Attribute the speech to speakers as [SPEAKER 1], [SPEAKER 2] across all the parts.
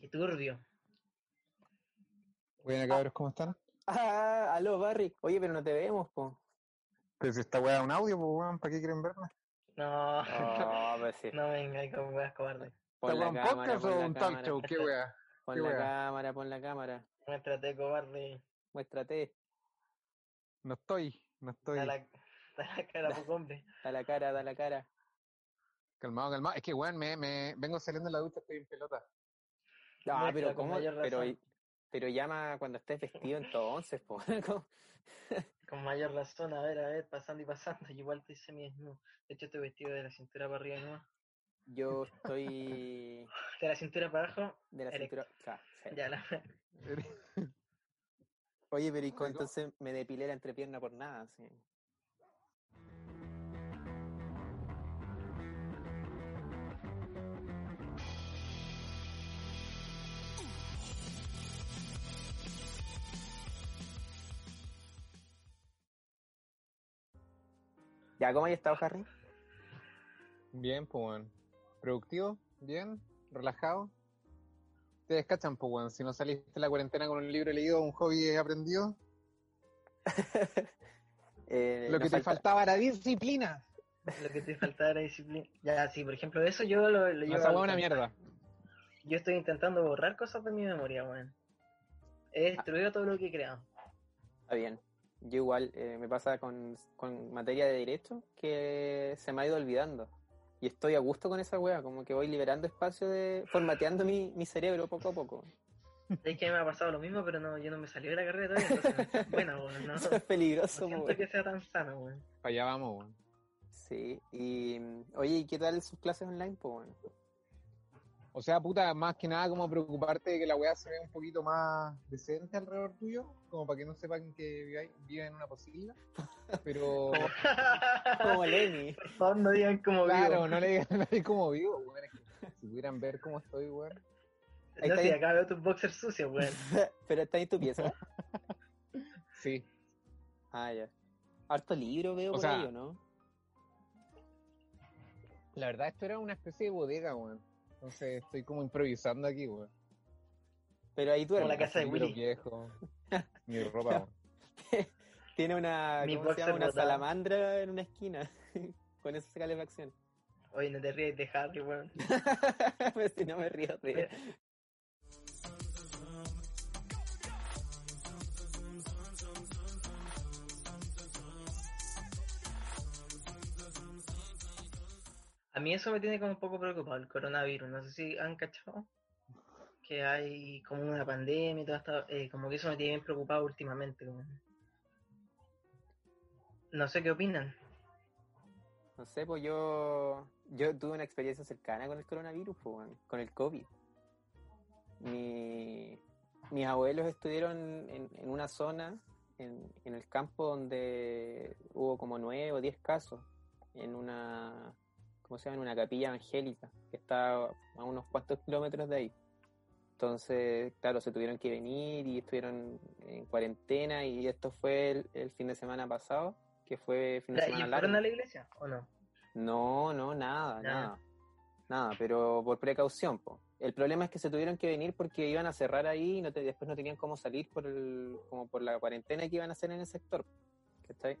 [SPEAKER 1] Qué turbio.
[SPEAKER 2] Buenas cabros, ¿cómo están?
[SPEAKER 3] Ah, aló, Barry. Oye, pero no te vemos, po.
[SPEAKER 2] Pero si esta weá es un audio, pues weón, ¿para qué quieren verme?
[SPEAKER 1] No,
[SPEAKER 3] No, pues sí.
[SPEAKER 1] no venga con weas cobarde.
[SPEAKER 2] ¿Está
[SPEAKER 3] Pon la
[SPEAKER 2] weón
[SPEAKER 3] cámara,
[SPEAKER 2] podcast
[SPEAKER 3] pon
[SPEAKER 2] o
[SPEAKER 3] la
[SPEAKER 2] un talk
[SPEAKER 3] cámara.
[SPEAKER 2] show? ¿Qué weá?
[SPEAKER 3] Pon
[SPEAKER 2] qué
[SPEAKER 3] la
[SPEAKER 2] wea.
[SPEAKER 3] cámara, pon la cámara.
[SPEAKER 1] Muéstrate cobarde.
[SPEAKER 3] Muéstrate.
[SPEAKER 2] No estoy, no estoy.
[SPEAKER 1] Da la, da la cara poco hombre.
[SPEAKER 3] Da la cara, da la cara.
[SPEAKER 2] Calmado, calmado. Es que weón, me, me vengo saliendo de la ducha, estoy en pelota.
[SPEAKER 3] Ah,
[SPEAKER 1] Muestra
[SPEAKER 3] pero
[SPEAKER 1] con
[SPEAKER 3] ¿cómo?
[SPEAKER 1] mayor
[SPEAKER 3] Pero,
[SPEAKER 1] razón.
[SPEAKER 3] pero llama cuando estés vestido entonces, po. ¿Cómo?
[SPEAKER 1] Con mayor razón, a ver, a ver, pasando y pasando. Yo igual te hice mi desnudo. De hecho, estoy vestido de la cintura para arriba nomás.
[SPEAKER 3] Yo estoy
[SPEAKER 1] De la cintura para abajo,
[SPEAKER 3] de la
[SPEAKER 1] Erecto.
[SPEAKER 3] cintura... Ah, sí.
[SPEAKER 1] ya la.
[SPEAKER 3] Oye, pero ¿y cómo entonces me depilé la entrepierna por nada, sí. ¿Ya cómo has estado, Harry?
[SPEAKER 2] Bien, pues weón. Productivo, bien, relajado. Ustedes cachan, pues weón, si no saliste de la cuarentena con un libro leído, un hobby aprendido,
[SPEAKER 3] Eh,
[SPEAKER 2] lo
[SPEAKER 3] nos
[SPEAKER 2] que te
[SPEAKER 3] falta-
[SPEAKER 2] faltaba era disciplina.
[SPEAKER 1] Lo que te faltaba era disciplina. Ya, sí, por ejemplo, eso yo lo. lo-
[SPEAKER 2] No,
[SPEAKER 1] yo,
[SPEAKER 2] esa weá es una mierda.
[SPEAKER 1] yo estoy intentando borrar cosas de mi memoria, weón.
[SPEAKER 2] Ah.
[SPEAKER 1] He destruido todo lo que he creado.
[SPEAKER 3] Está bien. Yo igual eh, me pasa con, con materia de derecho que se me ha ido olvidando. Y estoy a gusto con esa wea, como que voy liberando espacio de. formateando mi, mi cerebro poco a poco.
[SPEAKER 1] Es que a mí me ha pasado lo mismo, pero no, yo no me salí de la carrera todavía. Entonces, bueno, weón, no.
[SPEAKER 3] Eso es
[SPEAKER 1] No
[SPEAKER 3] peligroso,
[SPEAKER 1] siento
[SPEAKER 3] wea.
[SPEAKER 1] Ah. que sea tan sano, weón.
[SPEAKER 2] Para allá vamos, weón.
[SPEAKER 3] Sí, y. mm, Oye, ¿y qué tal sus clases online, po, weón?
[SPEAKER 2] O sea, puta, más que nada como preocuparte de que la weá se vea un poquito más decente alrededor tuyo, como para que no sepan que viváis- viven en una posibilidad. Pero,
[SPEAKER 3] Como Lenny.
[SPEAKER 1] Por favor, no digan como
[SPEAKER 2] claro, no le digan a nadie cómo vivo, weón. es que Si pudieran ver cómo estoy, weón.
[SPEAKER 1] No,
[SPEAKER 3] está
[SPEAKER 1] si
[SPEAKER 3] bien.
[SPEAKER 1] acá veo tus boxers sucios, weón.
[SPEAKER 3] Pero está en tu pieza.
[SPEAKER 2] Sí.
[SPEAKER 3] Ah, ya. Harto libro veo
[SPEAKER 2] O
[SPEAKER 3] por
[SPEAKER 2] sea,
[SPEAKER 3] ahí, ¿o ¿no?
[SPEAKER 2] La verdad, esto era una especie de bodega, weón. Entonces estoy como improvisando aquí, weón.
[SPEAKER 3] Pero ahí
[SPEAKER 1] Como
[SPEAKER 3] duerme.
[SPEAKER 1] la casa de
[SPEAKER 2] Libros
[SPEAKER 1] Willy.
[SPEAKER 2] viejos, Mi ropa, weón.
[SPEAKER 3] Tiene una.
[SPEAKER 1] Mi
[SPEAKER 3] ¿Cómo se llama?
[SPEAKER 1] boxer
[SPEAKER 3] Una
[SPEAKER 1] botado.
[SPEAKER 3] salamandra en una esquina. con esa calefacción.
[SPEAKER 1] Oye, no te ríes de Harry, weón.
[SPEAKER 3] Pues si no me río de.
[SPEAKER 1] A mí eso me tiene como un poco preocupado, el coronavirus. No sé si han cachado que hay como una pandemia y todo esto. eh, como que eso me tiene bien preocupado últimamente. weón. No sé qué opinan.
[SPEAKER 3] No sé, pues yo, yo tuve una experiencia cercana con el coronavirus, pues, weón, con el COVID. Mi- mis abuelos estuvieron en, en una zona, en, en el campo donde hubo como nueve o diez casos, en una, ¿cómo se llama? En una capilla evangélica, que está a unos cuantos kilómetros de ahí. Entonces, claro, se tuvieron que venir y estuvieron en cuarentena y esto fue el, el fin de semana pasado, que fue fin de
[SPEAKER 1] ¿Y
[SPEAKER 3] semana largo.
[SPEAKER 1] fueron a la iglesia o no?
[SPEAKER 3] No, no, nada,
[SPEAKER 1] Nada.
[SPEAKER 3] nada. Nada, pero por precaución, po. El problema es que se tuvieron que venir porque iban a cerrar ahí y no te- después no tenían cómo salir por el, como por la cuarentena que iban a hacer en el sector. ¿Cachai?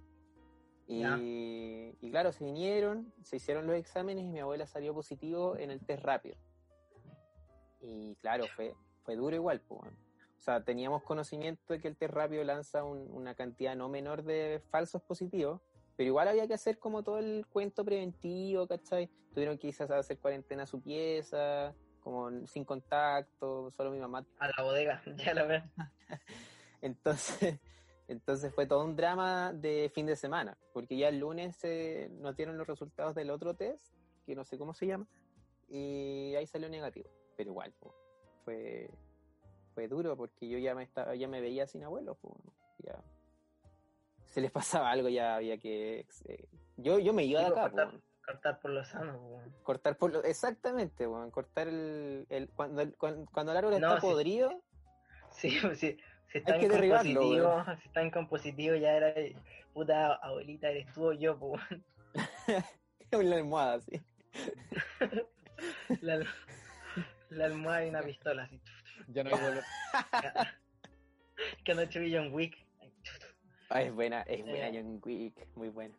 [SPEAKER 3] Y,
[SPEAKER 1] Ya.
[SPEAKER 3] y claro, se vinieron, se hicieron los exámenes y mi abuela salió positivo en el test rápido. Y claro, fue, fue duro igual, po, weón. O sea, teníamos conocimiento de que el test rápido lanza un- una cantidad no menor de falsos positivos, pero igual había que hacer como todo el cuento preventivo, ¿cachai? Tuvieron que quizás hacer cuarentena a su pieza, como sin contacto, solo mi mamá
[SPEAKER 1] A la bodega, ya la veo.
[SPEAKER 3] entonces, entonces fue todo un drama de fin de semana, porque ya el lunes eh, nos dieron los resultados del otro test, que no sé cómo se llama, y ahí salió negativo, pero igual. po. fue, fue duro porque yo ya me estaba, ya me veía sin abuelos, pues, bueno, ya se les pasaba algo, ya había que eh, yo, yo me iba de
[SPEAKER 1] Digo,
[SPEAKER 3] acá, pues,
[SPEAKER 1] cortar,
[SPEAKER 3] bueno.
[SPEAKER 1] cortar por lo sano, pues, bueno.
[SPEAKER 3] cortar por lo, exactamente, bueno, cortar el, el- cuando, el cuando, cuando el árbol
[SPEAKER 1] No,
[SPEAKER 3] está
[SPEAKER 1] sí.
[SPEAKER 3] podrido,
[SPEAKER 1] Sí, pues, sí. Si está
[SPEAKER 3] que
[SPEAKER 1] en
[SPEAKER 3] derribarlo,
[SPEAKER 1] compositivo, si está en compositivo ya era eh, puta abuelita, eres tú o yo, po.
[SPEAKER 3] una almohada, sí.
[SPEAKER 1] La, la almohada y una pistola, así.
[SPEAKER 2] Ya no hay dolor.
[SPEAKER 1] Que anoche vi John Wick.
[SPEAKER 3] Ah, es buena, es buena
[SPEAKER 1] Eh.
[SPEAKER 3] John Wick, muy buena.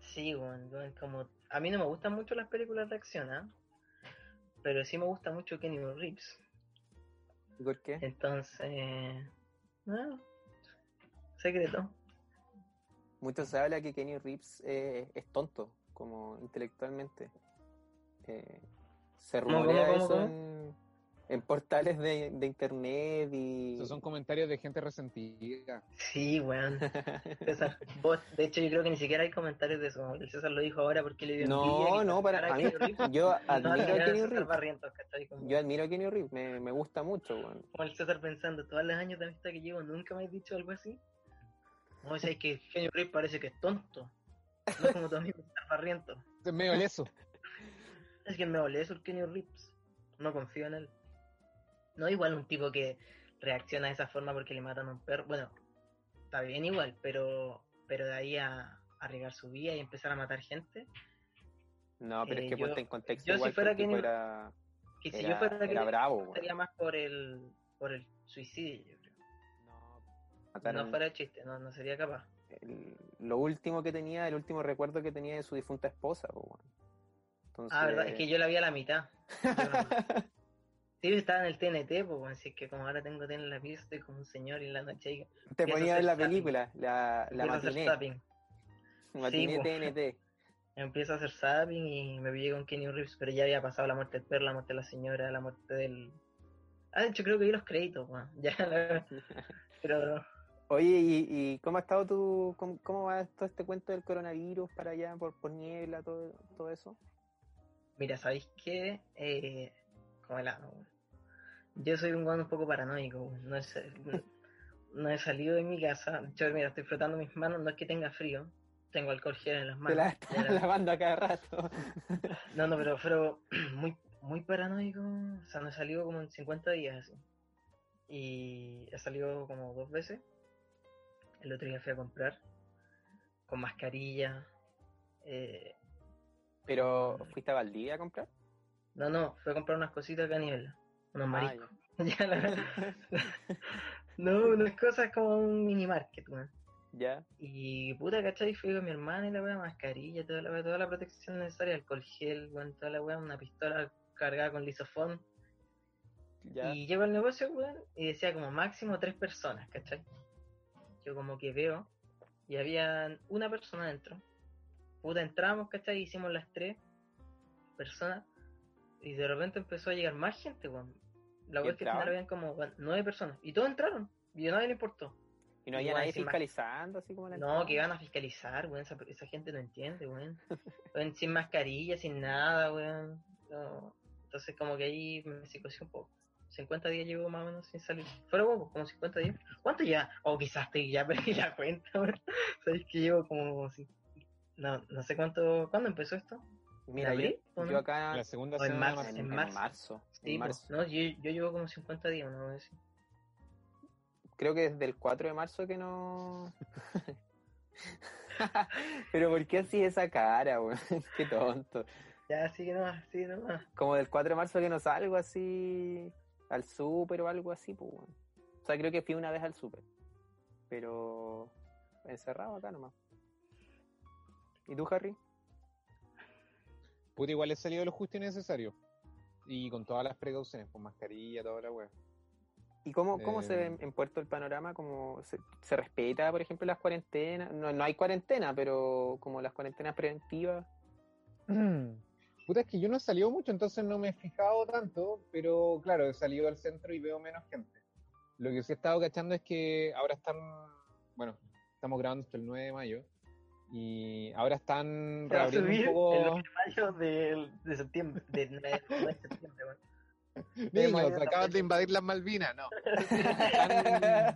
[SPEAKER 1] Sí, weón, weón, como a mí no me gustan mucho las películas de acción, ¿ah? Pero sí me gusta mucho Kenny Reeves.
[SPEAKER 3] ¿Y ¿Por qué?
[SPEAKER 1] Entonces, no, secreto.
[SPEAKER 3] Mucho se habla que Kenny Reeves eh, es tonto, como intelectualmente. Eh, se
[SPEAKER 1] Ah, ¿Cómo,
[SPEAKER 3] rumorea
[SPEAKER 1] cómo, cómo,
[SPEAKER 3] eso
[SPEAKER 1] cómo?
[SPEAKER 3] En, en portales de, de internet y...
[SPEAKER 2] Esos son comentarios de gente resentida.
[SPEAKER 1] Sí, weón. César, vos, de hecho yo creo que ni siquiera hay comentarios de eso. El César lo dijo ahora porque le dio
[SPEAKER 3] No,
[SPEAKER 1] envidia que
[SPEAKER 3] no, para-
[SPEAKER 1] sacara
[SPEAKER 3] a mí-
[SPEAKER 1] Keanu Reeves.
[SPEAKER 3] Yo
[SPEAKER 1] No,
[SPEAKER 3] admiro a
[SPEAKER 1] era
[SPEAKER 3] Kenny
[SPEAKER 1] César
[SPEAKER 3] Reeves.
[SPEAKER 1] Barrientos, ¿cachai? Como-
[SPEAKER 3] Yo admiro a Kenny Reeves, me, me gusta mucho, weón.
[SPEAKER 1] como el César pensando, todos los años de amistad que llevo, nunca me has dicho algo así. No, o sea, es que Genio Rey parece que es tonto. No como tu amigo César Barriento.
[SPEAKER 2] Es medio leso.
[SPEAKER 1] Es que me olé eso el Kenny Rips. No confío en él. No igual un tipo que reacciona de esa forma porque le matan a un perro. Bueno, está bien igual, pero pero de ahí a arriesgar su vida y empezar a matar gente.
[SPEAKER 3] No, pero es
[SPEAKER 1] Eh,
[SPEAKER 3] que
[SPEAKER 1] yo-
[SPEAKER 3] ponte en contexto
[SPEAKER 1] yo si
[SPEAKER 3] igual que
[SPEAKER 1] fuera
[SPEAKER 3] el tipo
[SPEAKER 1] Kenny-
[SPEAKER 3] era,
[SPEAKER 1] Que si
[SPEAKER 3] era-
[SPEAKER 1] yo fuera
[SPEAKER 3] era
[SPEAKER 1] Kenny Reeves,
[SPEAKER 3] bravo, weón.
[SPEAKER 1] estaría más por el, por el suicidio, yo creo.
[SPEAKER 3] No, mataron-
[SPEAKER 1] No fuera chiste, no, no sería capaz.
[SPEAKER 3] el- lo último que tenía, el último recuerdo que tenía de su difunta esposa, po, weón. Entonces,
[SPEAKER 1] Ah, verdad, es que yo la vi a la mitad. Yo no- Sí, yo estaba en el TNT, pues, bueno, así que como ahora tengo TNT en la pieza, estoy como un señor y en la noche ahí
[SPEAKER 3] te
[SPEAKER 1] empiezo a
[SPEAKER 3] ponía
[SPEAKER 1] hacer
[SPEAKER 3] en la
[SPEAKER 1] zapping.
[SPEAKER 3] película, la, la
[SPEAKER 1] empiezo a hacer
[SPEAKER 3] matiné,
[SPEAKER 1] zapping.
[SPEAKER 3] matiné
[SPEAKER 1] po.
[SPEAKER 3] TNT.
[SPEAKER 1] Empiezo a hacer zapping y me pillé con Kenny Reeves, pero ya había pasado la muerte del perro, la muerte de la señora, la muerte del... Ah, de hecho creo que vi los créditos, pues, ya la- Pero
[SPEAKER 3] Oye, ¿y, y cómo ha estado tu, cómo, cómo va todo este cuento del coronavirus para allá, por, por niebla, todo, todo eso?
[SPEAKER 1] mira, ¿sabéis qué? Eh, como el ano, weón. Yo soy un guano un poco paranoico, weón. no, he, sa- no he salido de mi casa. De hecho, mira, estoy frotando mis manos, no es que tenga frío, tengo alcohol gel en las
[SPEAKER 3] Te
[SPEAKER 1] manos.
[SPEAKER 3] la
[SPEAKER 1] Ya
[SPEAKER 3] estás
[SPEAKER 1] la-
[SPEAKER 3] lavando a cada rato.
[SPEAKER 1] No, no, pero pero muy, muy paranoico. O sea, no he salido como en 50 días así. Y he salido como dos veces. El otro día fui a comprar con mascarilla. eh,
[SPEAKER 3] Pero, ¿fuiste a Valdivia a comprar?
[SPEAKER 1] no, no, fui a comprar unas cositas acá a nivel. Unos mariscos. Ah, Ya la- no, unas cosas como un mini market, weón.
[SPEAKER 3] ¿Ya?
[SPEAKER 1] Y puta, ¿cachai? Fui con mi hermana y la wea, mascarilla, toda la wea, toda la protección necesaria, alcohol gel, weón, toda la wea, una pistola cargada con lisofón.
[SPEAKER 3] ¿Ya?
[SPEAKER 1] Y llego al negocio, weón, y decía como máximo tres personas, ¿cachai? Yo como que veo, y había una persona adentro. Puta, entramos, ¿cachai? Hicimos las tres personas, y de repente empezó a llegar más gente, weón. La
[SPEAKER 3] ¿Y
[SPEAKER 1] wea es que al
[SPEAKER 3] entraban?
[SPEAKER 1] final habían como weón, nueve personas, y todos entraron, y a nadie le importó.
[SPEAKER 3] ¿Y no había
[SPEAKER 1] Igual,
[SPEAKER 3] nadie
[SPEAKER 1] sin ma-
[SPEAKER 3] fiscalizando, así como la
[SPEAKER 1] No, que
[SPEAKER 3] entrada?
[SPEAKER 1] van a fiscalizar, weón, esa, esa gente no entiende, weón. Weón, sin mascarilla, sin nada, weón. No. Entonces como que ahí me psicoseé un poco. 50 días llevo más o menos sin salir. Fuera poco, como 50 días. ¿Cuánto ya? O quizás estoy ya perdí la cuenta, weón. Sabes que llevo como... si- No, no sé cuánto... ¿Cuándo empezó esto?
[SPEAKER 3] Mira, yo,
[SPEAKER 1] abril, ¿o no?
[SPEAKER 3] yo acá
[SPEAKER 2] La segunda
[SPEAKER 1] O en
[SPEAKER 2] semana
[SPEAKER 1] marzo,
[SPEAKER 2] de
[SPEAKER 3] en,
[SPEAKER 1] en
[SPEAKER 3] en
[SPEAKER 1] marzo.
[SPEAKER 3] marzo.
[SPEAKER 1] Sí,
[SPEAKER 3] en
[SPEAKER 1] po.
[SPEAKER 3] marzo.
[SPEAKER 1] No, yo, yo llevo como 50 días, no voy a decir.
[SPEAKER 3] Creo que desde el 4 de marzo que no. Pero ¿por qué así esa cara, weón? qué tonto.
[SPEAKER 1] Ya, sigue nomás, sigue nomás.
[SPEAKER 3] Como del 4 de marzo que no salgo así al súper o algo así, pues, weón. O sea, creo que fui una vez al súper. Pero encerrado acá nomás. ¿Y tú, Harry?
[SPEAKER 2] Puta, igual he salido lo justo y necesario. Y con todas las precauciones, con mascarilla, toda la wea.
[SPEAKER 3] ¿Y cómo, cómo se ve
[SPEAKER 2] Eh.
[SPEAKER 3] en, en Puerto el panorama? ¿Cómo se, se respeta, por ejemplo, las cuarentenas? No, no hay cuarentena, pero como las cuarentenas preventivas.
[SPEAKER 2] Puta, es que yo no he salido mucho, entonces no me he fijado tanto, pero claro, he salido al centro y veo menos gente. Lo que sí he estado cachando es que ahora están, bueno, estamos grabando hasta el 9 de mayo, y ahora están
[SPEAKER 1] Se va a
[SPEAKER 2] reabriendo un
[SPEAKER 1] subir
[SPEAKER 2] poco...
[SPEAKER 1] el 8 de mayo del- de, septiembre, de, de septiembre, weón.
[SPEAKER 2] Niños, acaban de invadir las Malvinas, no. Están,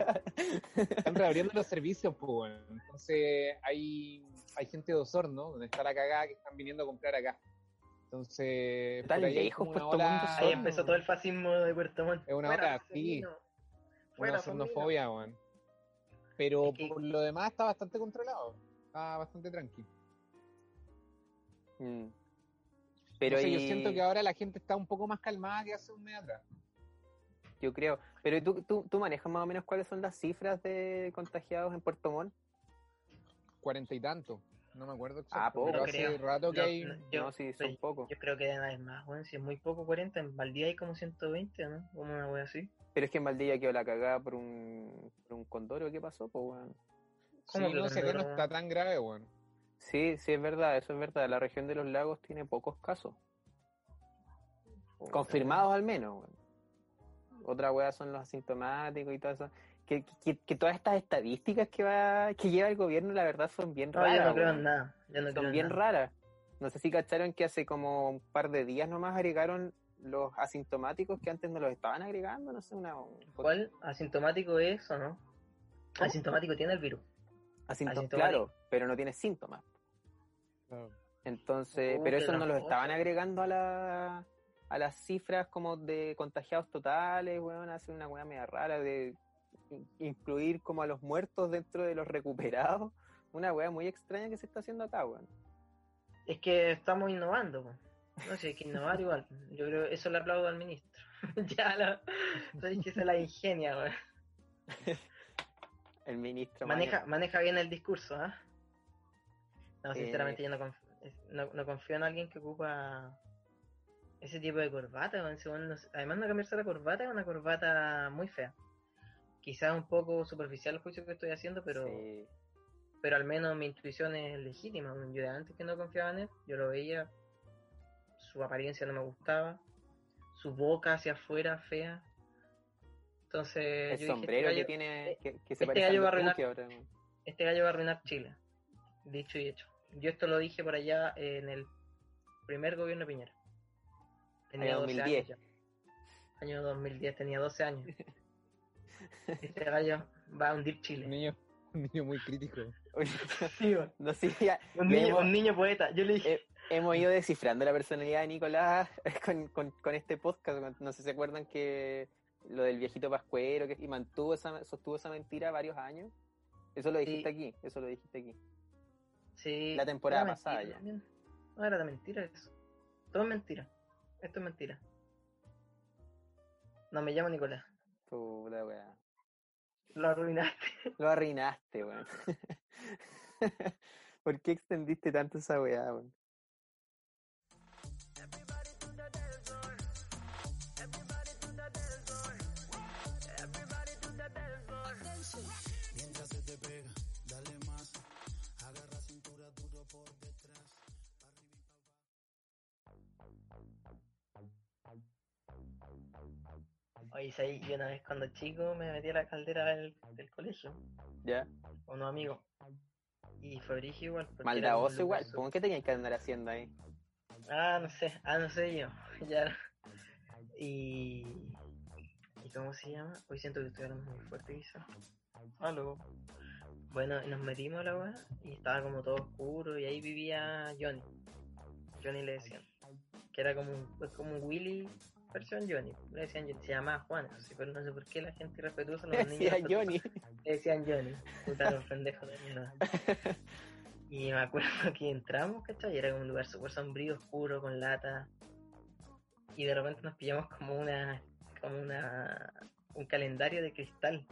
[SPEAKER 2] están reabriendo los servicios, pues, bueno. Entonces, hay, hay gente de Osorno, donde está la cagada, que están viniendo a comprar acá. Entonces,
[SPEAKER 3] Tan
[SPEAKER 2] por ahí hay
[SPEAKER 3] lejos,
[SPEAKER 2] como una
[SPEAKER 3] Puerto Montt,
[SPEAKER 2] ola-
[SPEAKER 3] son-
[SPEAKER 1] Ahí empezó pues, todo el fascismo de Puerto Montt.
[SPEAKER 2] Es una
[SPEAKER 1] Fuera,
[SPEAKER 2] hora, sí.
[SPEAKER 1] asesino. Fuera,
[SPEAKER 2] una xenofobia, weón. Pero
[SPEAKER 1] Es que-
[SPEAKER 2] por lo demás está bastante controlado. Está bastante tranqui.
[SPEAKER 3] Mm. Pero
[SPEAKER 2] Entonces,
[SPEAKER 3] y-
[SPEAKER 2] yo siento que ahora la gente está un poco más calmada que hace un mes atrás.
[SPEAKER 3] yo creo. Pero ¿y tú, tú, tú manejas más o menos cuáles son las cifras de contagiados en Puerto Montt.
[SPEAKER 2] Cuarenta y tanto. No me acuerdo exacto.
[SPEAKER 3] Ah, poco.
[SPEAKER 2] Pero
[SPEAKER 1] No
[SPEAKER 2] hace
[SPEAKER 1] creo.
[SPEAKER 2] rato que
[SPEAKER 1] No,
[SPEAKER 2] hay...
[SPEAKER 1] no, yo,
[SPEAKER 3] no, sí, son
[SPEAKER 1] sí.
[SPEAKER 3] pocos.
[SPEAKER 1] Yo creo que de nada es más, weón. Si es muy poco, 40. En Valdía hay como 120, ¿no? Como una wea así.
[SPEAKER 3] Pero es que en Valdivia quedó la cagada por un, por un condoro. ¿Qué pasó? Pues, weón?
[SPEAKER 1] ¿Cómo
[SPEAKER 2] sí,
[SPEAKER 1] que
[SPEAKER 2] no sé, acá no
[SPEAKER 1] pero-
[SPEAKER 2] está tan grave, weón.
[SPEAKER 3] Sí, sí, es verdad, eso es verdad. La región de los lagos tiene pocos casos. Confirmados al menos. weón. Otra weá son los asintomáticos y todo eso. Que, que- que todas estas estadísticas que va que lleva el gobierno, la verdad, son bien
[SPEAKER 1] No,
[SPEAKER 3] raras.
[SPEAKER 1] yo no creo
[SPEAKER 3] weón.
[SPEAKER 1] en nada. Yo no creo
[SPEAKER 3] son
[SPEAKER 1] en
[SPEAKER 3] bien
[SPEAKER 1] nada.
[SPEAKER 3] raras. No sé si cacharon que hace como un par de días nomás agregaron los asintomáticos que antes no los estaban agregando, no sé, una...
[SPEAKER 1] ¿Cuál? ¿Asintomático es o no?
[SPEAKER 3] ¿Cómo?
[SPEAKER 1] Asintomático tiene el virus.
[SPEAKER 3] Asinto-
[SPEAKER 1] Asintomático.
[SPEAKER 3] Claro, pero no tiene síntomas. Entonces,
[SPEAKER 1] Oh,
[SPEAKER 3] pero
[SPEAKER 1] qué
[SPEAKER 3] eso no los
[SPEAKER 1] tramposo.
[SPEAKER 3] estaban agregando a, la, a las cifras como de contagiados totales, weón, hacer una weá media rara de in- incluir como a los muertos dentro de los recuperados. Una weá muy extraña que se está haciendo acá, weón.
[SPEAKER 1] Es que estamos innovando, po. No sé, hay que innovar igual. Yo creo eso le aplaudo al ministro. ya lo. Sabes que se la ingenia, weón.
[SPEAKER 3] El ministro
[SPEAKER 1] Maneja, maneja bien el discurso, ¿ah? No,
[SPEAKER 3] Eh.
[SPEAKER 1] sinceramente yo no, conf- es- no, no confío en alguien que ocupa ese tipo de corbata. weón. Ese weón no sé- Además, no cambiarse la corbata es una corbata muy fea. Quizás un poco superficial el juicio que estoy haciendo, pero,
[SPEAKER 3] Sí.
[SPEAKER 1] pero al menos mi intuición es legítima. weón. Yo de antes que no confiaba en él, yo lo veía. Su apariencia no me gustaba. Su boca hacia afuera, fea. Entonces, yo
[SPEAKER 3] El
[SPEAKER 1] dije,
[SPEAKER 3] sombrero
[SPEAKER 1] "Este
[SPEAKER 3] que
[SPEAKER 1] gallo-
[SPEAKER 3] tiene,
[SPEAKER 1] eh,
[SPEAKER 3] que, que se
[SPEAKER 1] este
[SPEAKER 3] parece
[SPEAKER 1] gallo va a
[SPEAKER 3] al de
[SPEAKER 1] arruinar-
[SPEAKER 3] Putin ahora, weón.
[SPEAKER 1] este gallo va a arruinar Chile. Dicho y hecho. Yo esto lo dije por allá en el primer gobierno de Piñera. Tenía
[SPEAKER 3] Año
[SPEAKER 1] 12
[SPEAKER 3] 2010.
[SPEAKER 1] años ya. Año 2010, tenía 12 años. Este gallo va a hundir
[SPEAKER 2] Un
[SPEAKER 1] Chile.
[SPEAKER 2] niño, un niño muy crítico.
[SPEAKER 1] Sí, weón.
[SPEAKER 3] No sé, ya
[SPEAKER 1] un,
[SPEAKER 3] le
[SPEAKER 1] niño,
[SPEAKER 3] hemos-
[SPEAKER 1] un niño poeta. Yo le dije,
[SPEAKER 3] Eh, hemos ido descifrando la personalidad de Nicolás con, con- con este podcast. weón. No sé si se acuerdan que lo del viejito pascuero que, y mantuvo esa, sostuvo esa mentira varios años. Eso lo dijiste aquí, eso lo dijiste aquí.
[SPEAKER 1] sí,
[SPEAKER 3] la temporada
[SPEAKER 1] era
[SPEAKER 3] pasada
[SPEAKER 1] mentira
[SPEAKER 3] ya.
[SPEAKER 1] también. No era de mentira eso. Todo es mentira. Esto es mentira. No me llamo Nicolás.
[SPEAKER 3] Puta weá.
[SPEAKER 1] Lo arruinaste.
[SPEAKER 3] Lo arruinaste, weón. ¿Por qué extendiste tanto esa weá, weón?
[SPEAKER 1] Oye, ¿sabes? yo una vez cuando chico me metí a la caldera del- del colegio.
[SPEAKER 3] ¿Ya?
[SPEAKER 1] con unos amigos. Y fue brígido igual. porque era como un
[SPEAKER 3] Maldadoso
[SPEAKER 1] lugar
[SPEAKER 3] igual. ¿Cómo que tenías que andar haciendo ahí?
[SPEAKER 1] su- Ah, no sé, ah, no sé yo. ya no. Y. ¿Y cómo se llama? Hoy siento que estoy hablando muy fuerte, quizá. Aló. Bueno, y nos metimos a la weá y estaba como todo oscuro y ahí vivía Johnny. Johnny le decían. Que era como un, pues como un Willy versión Johnny. Le decían, se llamaba Juan, así, pero no sé por qué la gente irrespetuosa, los niños
[SPEAKER 3] Decía
[SPEAKER 1] irrespetuosos,
[SPEAKER 3] Johnny.
[SPEAKER 1] le decían Johnny, puta los pendejos de mierda. Y me acuerdo que entramos, ¿cachai? Y era como un lugar súper sombrío, oscuro, con lata. Y de repente nos pillamos como una. como una. un calendario de cristal.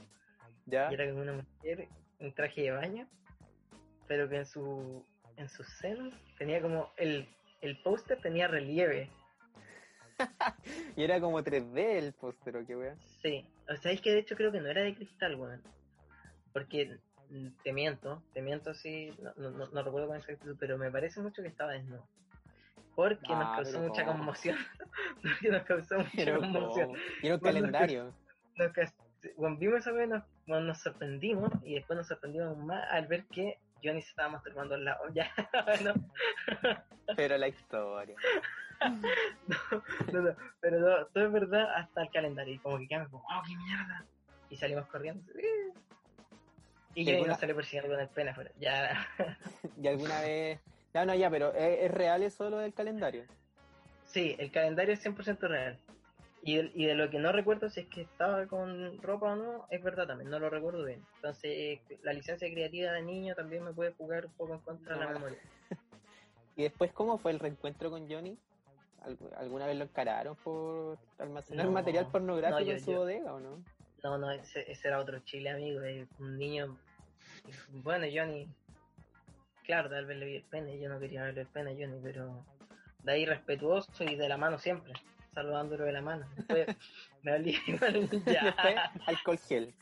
[SPEAKER 3] ¿Ya?
[SPEAKER 1] Y era como una mujer, un traje de baño, pero que en su. en sus senos tenía como. el, el póster tenía relieve.
[SPEAKER 3] Y era como 3D el póster, qué weá.
[SPEAKER 1] Sí, o sea, es que de hecho creo que no era de cristal, weón. Porque mm, te miento, te miento sí, no, no, no- no recuerdo con exactitud, pero me parece mucho que estaba desnudo. Porque
[SPEAKER 3] Ah,
[SPEAKER 1] nos causó
[SPEAKER 3] pero
[SPEAKER 1] mucha
[SPEAKER 3] ¿cómo?
[SPEAKER 1] conmoción. Porque nos causó mucha
[SPEAKER 3] Pero
[SPEAKER 1] conmoción.
[SPEAKER 3] como- Y era un calendario.
[SPEAKER 1] Nos cas- Weón, vimos esa vez, nos, weón, nos sorprendimos y después nos sorprendimos aún más al ver que Johnny se estaba masturbando al lado. Ya, no,
[SPEAKER 3] Pero la historia.
[SPEAKER 1] no, no, pero no, todo es verdad hasta el calendario. Y como que quedamos como, wow, qué mierda. Y salimos corriendo. ¡eh! Y Johnny
[SPEAKER 3] Ninguna-
[SPEAKER 1] nos salió persiguiendo con el pena afuera. Ya,
[SPEAKER 3] ¿Y alguna vez.? No, no, ya, pero e, ¿es, es real eso lo del calendario?
[SPEAKER 1] sí, el calendario es 100% real. Y de, y de lo que no recuerdo si es que estaba con ropa o no, es verdad también, no lo recuerdo bien. Entonces, la licencia creativa de niño también me puede jugar un poco en contra de
[SPEAKER 3] No,
[SPEAKER 1] la
[SPEAKER 3] la-
[SPEAKER 1] memoria.
[SPEAKER 3] ¿Y después cómo fue el reencuentro con Johnny? ¿Algu- ¿Alguna vez lo encararon por almacenar
[SPEAKER 1] No.
[SPEAKER 3] material pornográfico
[SPEAKER 1] No, yo-
[SPEAKER 3] en su
[SPEAKER 1] yo-
[SPEAKER 3] bodega o no?
[SPEAKER 1] No, no, ese, ese era otro chile, amigo. eh, un niño. Bueno, Johnny. Claro, tal vez le vi el pene. Yo no quería verle el pene a Johnny, pero. De ahí respetuoso y de la mano siempre. Saludándolo de la mano. Después me olía igual.
[SPEAKER 3] Después,
[SPEAKER 1] Ya,
[SPEAKER 3] alcohol gel.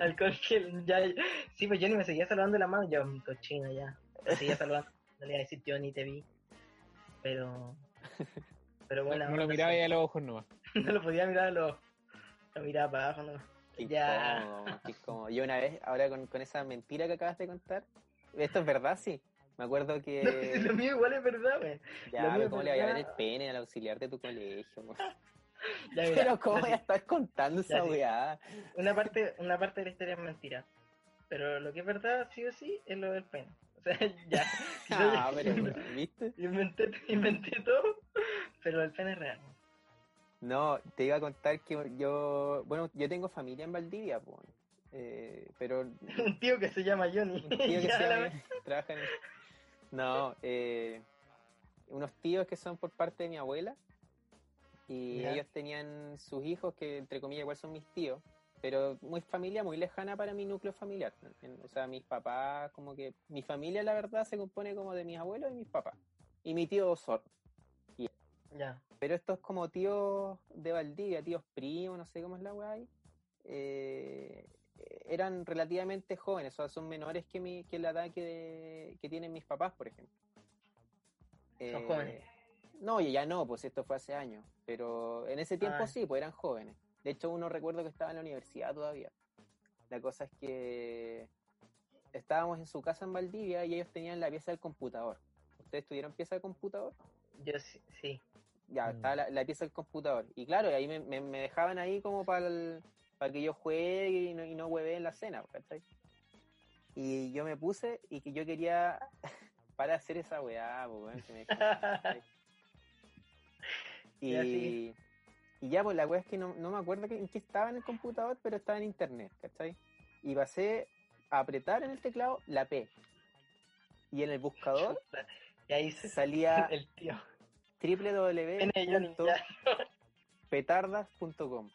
[SPEAKER 1] alcohol gel, ya. Sí, pues Johnny me seguía saludando de la mano. Yo, mi cochino, ya. Me seguía saludando. No le iba a decir Johnny, te vi. Pero. Pero bueno.
[SPEAKER 2] no lo miraba y a los ojos nomás.
[SPEAKER 1] No lo podía mirar, lo, lo miraba para abajo, ¿no?
[SPEAKER 3] Qué
[SPEAKER 1] Ya.
[SPEAKER 3] incómodo, qué incómodo. Yo una vez, ahora con, con esa mentira que acabas de contar, esto es verdad, sí. Me acuerdo que.
[SPEAKER 2] Eh,
[SPEAKER 1] Lo mío igual es verdad, pues. güey.
[SPEAKER 3] ya,
[SPEAKER 1] lo mío
[SPEAKER 3] pero
[SPEAKER 1] es
[SPEAKER 3] ¿cómo le vaya a ver
[SPEAKER 1] verdad.
[SPEAKER 3] el pene al auxiliar de tu colegio? po?
[SPEAKER 1] Ya, mira,
[SPEAKER 3] Pero ¿cómo
[SPEAKER 1] así,
[SPEAKER 3] voy a estar contando
[SPEAKER 1] Ya,
[SPEAKER 3] esa
[SPEAKER 1] sí.
[SPEAKER 3] weá?
[SPEAKER 1] una parte, una parte de la historia es mentira. Pero lo que es verdad, sí o sí, es lo del pene. O sea, ya.
[SPEAKER 3] Ah, pero weón, ¿viste?
[SPEAKER 1] inventé, inventé todo, pero el pene es real.
[SPEAKER 3] No, te iba a contar que yo. Bueno, yo tengo familia en Valdivia, po, eh, pero
[SPEAKER 1] Un tío que se llama Johnny.
[SPEAKER 3] Un tío que
[SPEAKER 1] Ya,
[SPEAKER 3] se
[SPEAKER 1] la
[SPEAKER 3] llama-
[SPEAKER 1] vez.
[SPEAKER 3] trabaja en el- No, eh, unos tíos que son por parte de mi abuela. Y
[SPEAKER 1] Ya.
[SPEAKER 3] ellos tenían sus hijos, que entre comillas igual son mis tíos. Pero muy familia, muy lejana para mi núcleo familiar. En- o sea, mis papás, como que. Mi familia, la verdad, se compone como de mis abuelos y mis papás. Y mi tío Sor.
[SPEAKER 1] Ya.
[SPEAKER 3] Pero estos como tíos de Valdivia, tíos primos, no sé cómo es la weá ahí, eh, eran relativamente jóvenes, o sea, son menores que, mi, que la edad que, que tienen mis papás, por ejemplo.
[SPEAKER 1] Son
[SPEAKER 3] Eh,
[SPEAKER 1] jóvenes.
[SPEAKER 3] No, y ya no, pues esto fue hace años, pero en ese tiempo
[SPEAKER 1] Ah.
[SPEAKER 3] sí, pues eran jóvenes. De hecho, uno recuerdo que estaba en la universidad todavía. La cosa es que estábamos en su casa en Valdivia y ellos tenían la pieza del computador. ¿Ustedes tuvieron pieza de computador?
[SPEAKER 1] Yo sí. sí.
[SPEAKER 3] Ya,
[SPEAKER 2] Mm.
[SPEAKER 3] estaba la, la pieza del computador. Y claro, y ahí me, me- me dejaban ahí como para que yo juegue y no, y no hueve en la cena, ¿cachai? Y yo me puse y que yo quería para hacer esa weá, po, weón, que me dejaban,
[SPEAKER 1] Ya,
[SPEAKER 3] y,
[SPEAKER 1] sí.
[SPEAKER 3] y ya, pues la weá es que no, no me acuerdo que- en qué estaba en el computador, pero estaba en internet, ¿cachai? Y pasé a apretar en el teclado la P. Y en el buscador
[SPEAKER 1] Y ahí se
[SPEAKER 3] salía
[SPEAKER 1] el tío.
[SPEAKER 3] www.
[SPEAKER 1] Pene de Johnny. ya.
[SPEAKER 3] petardas.com.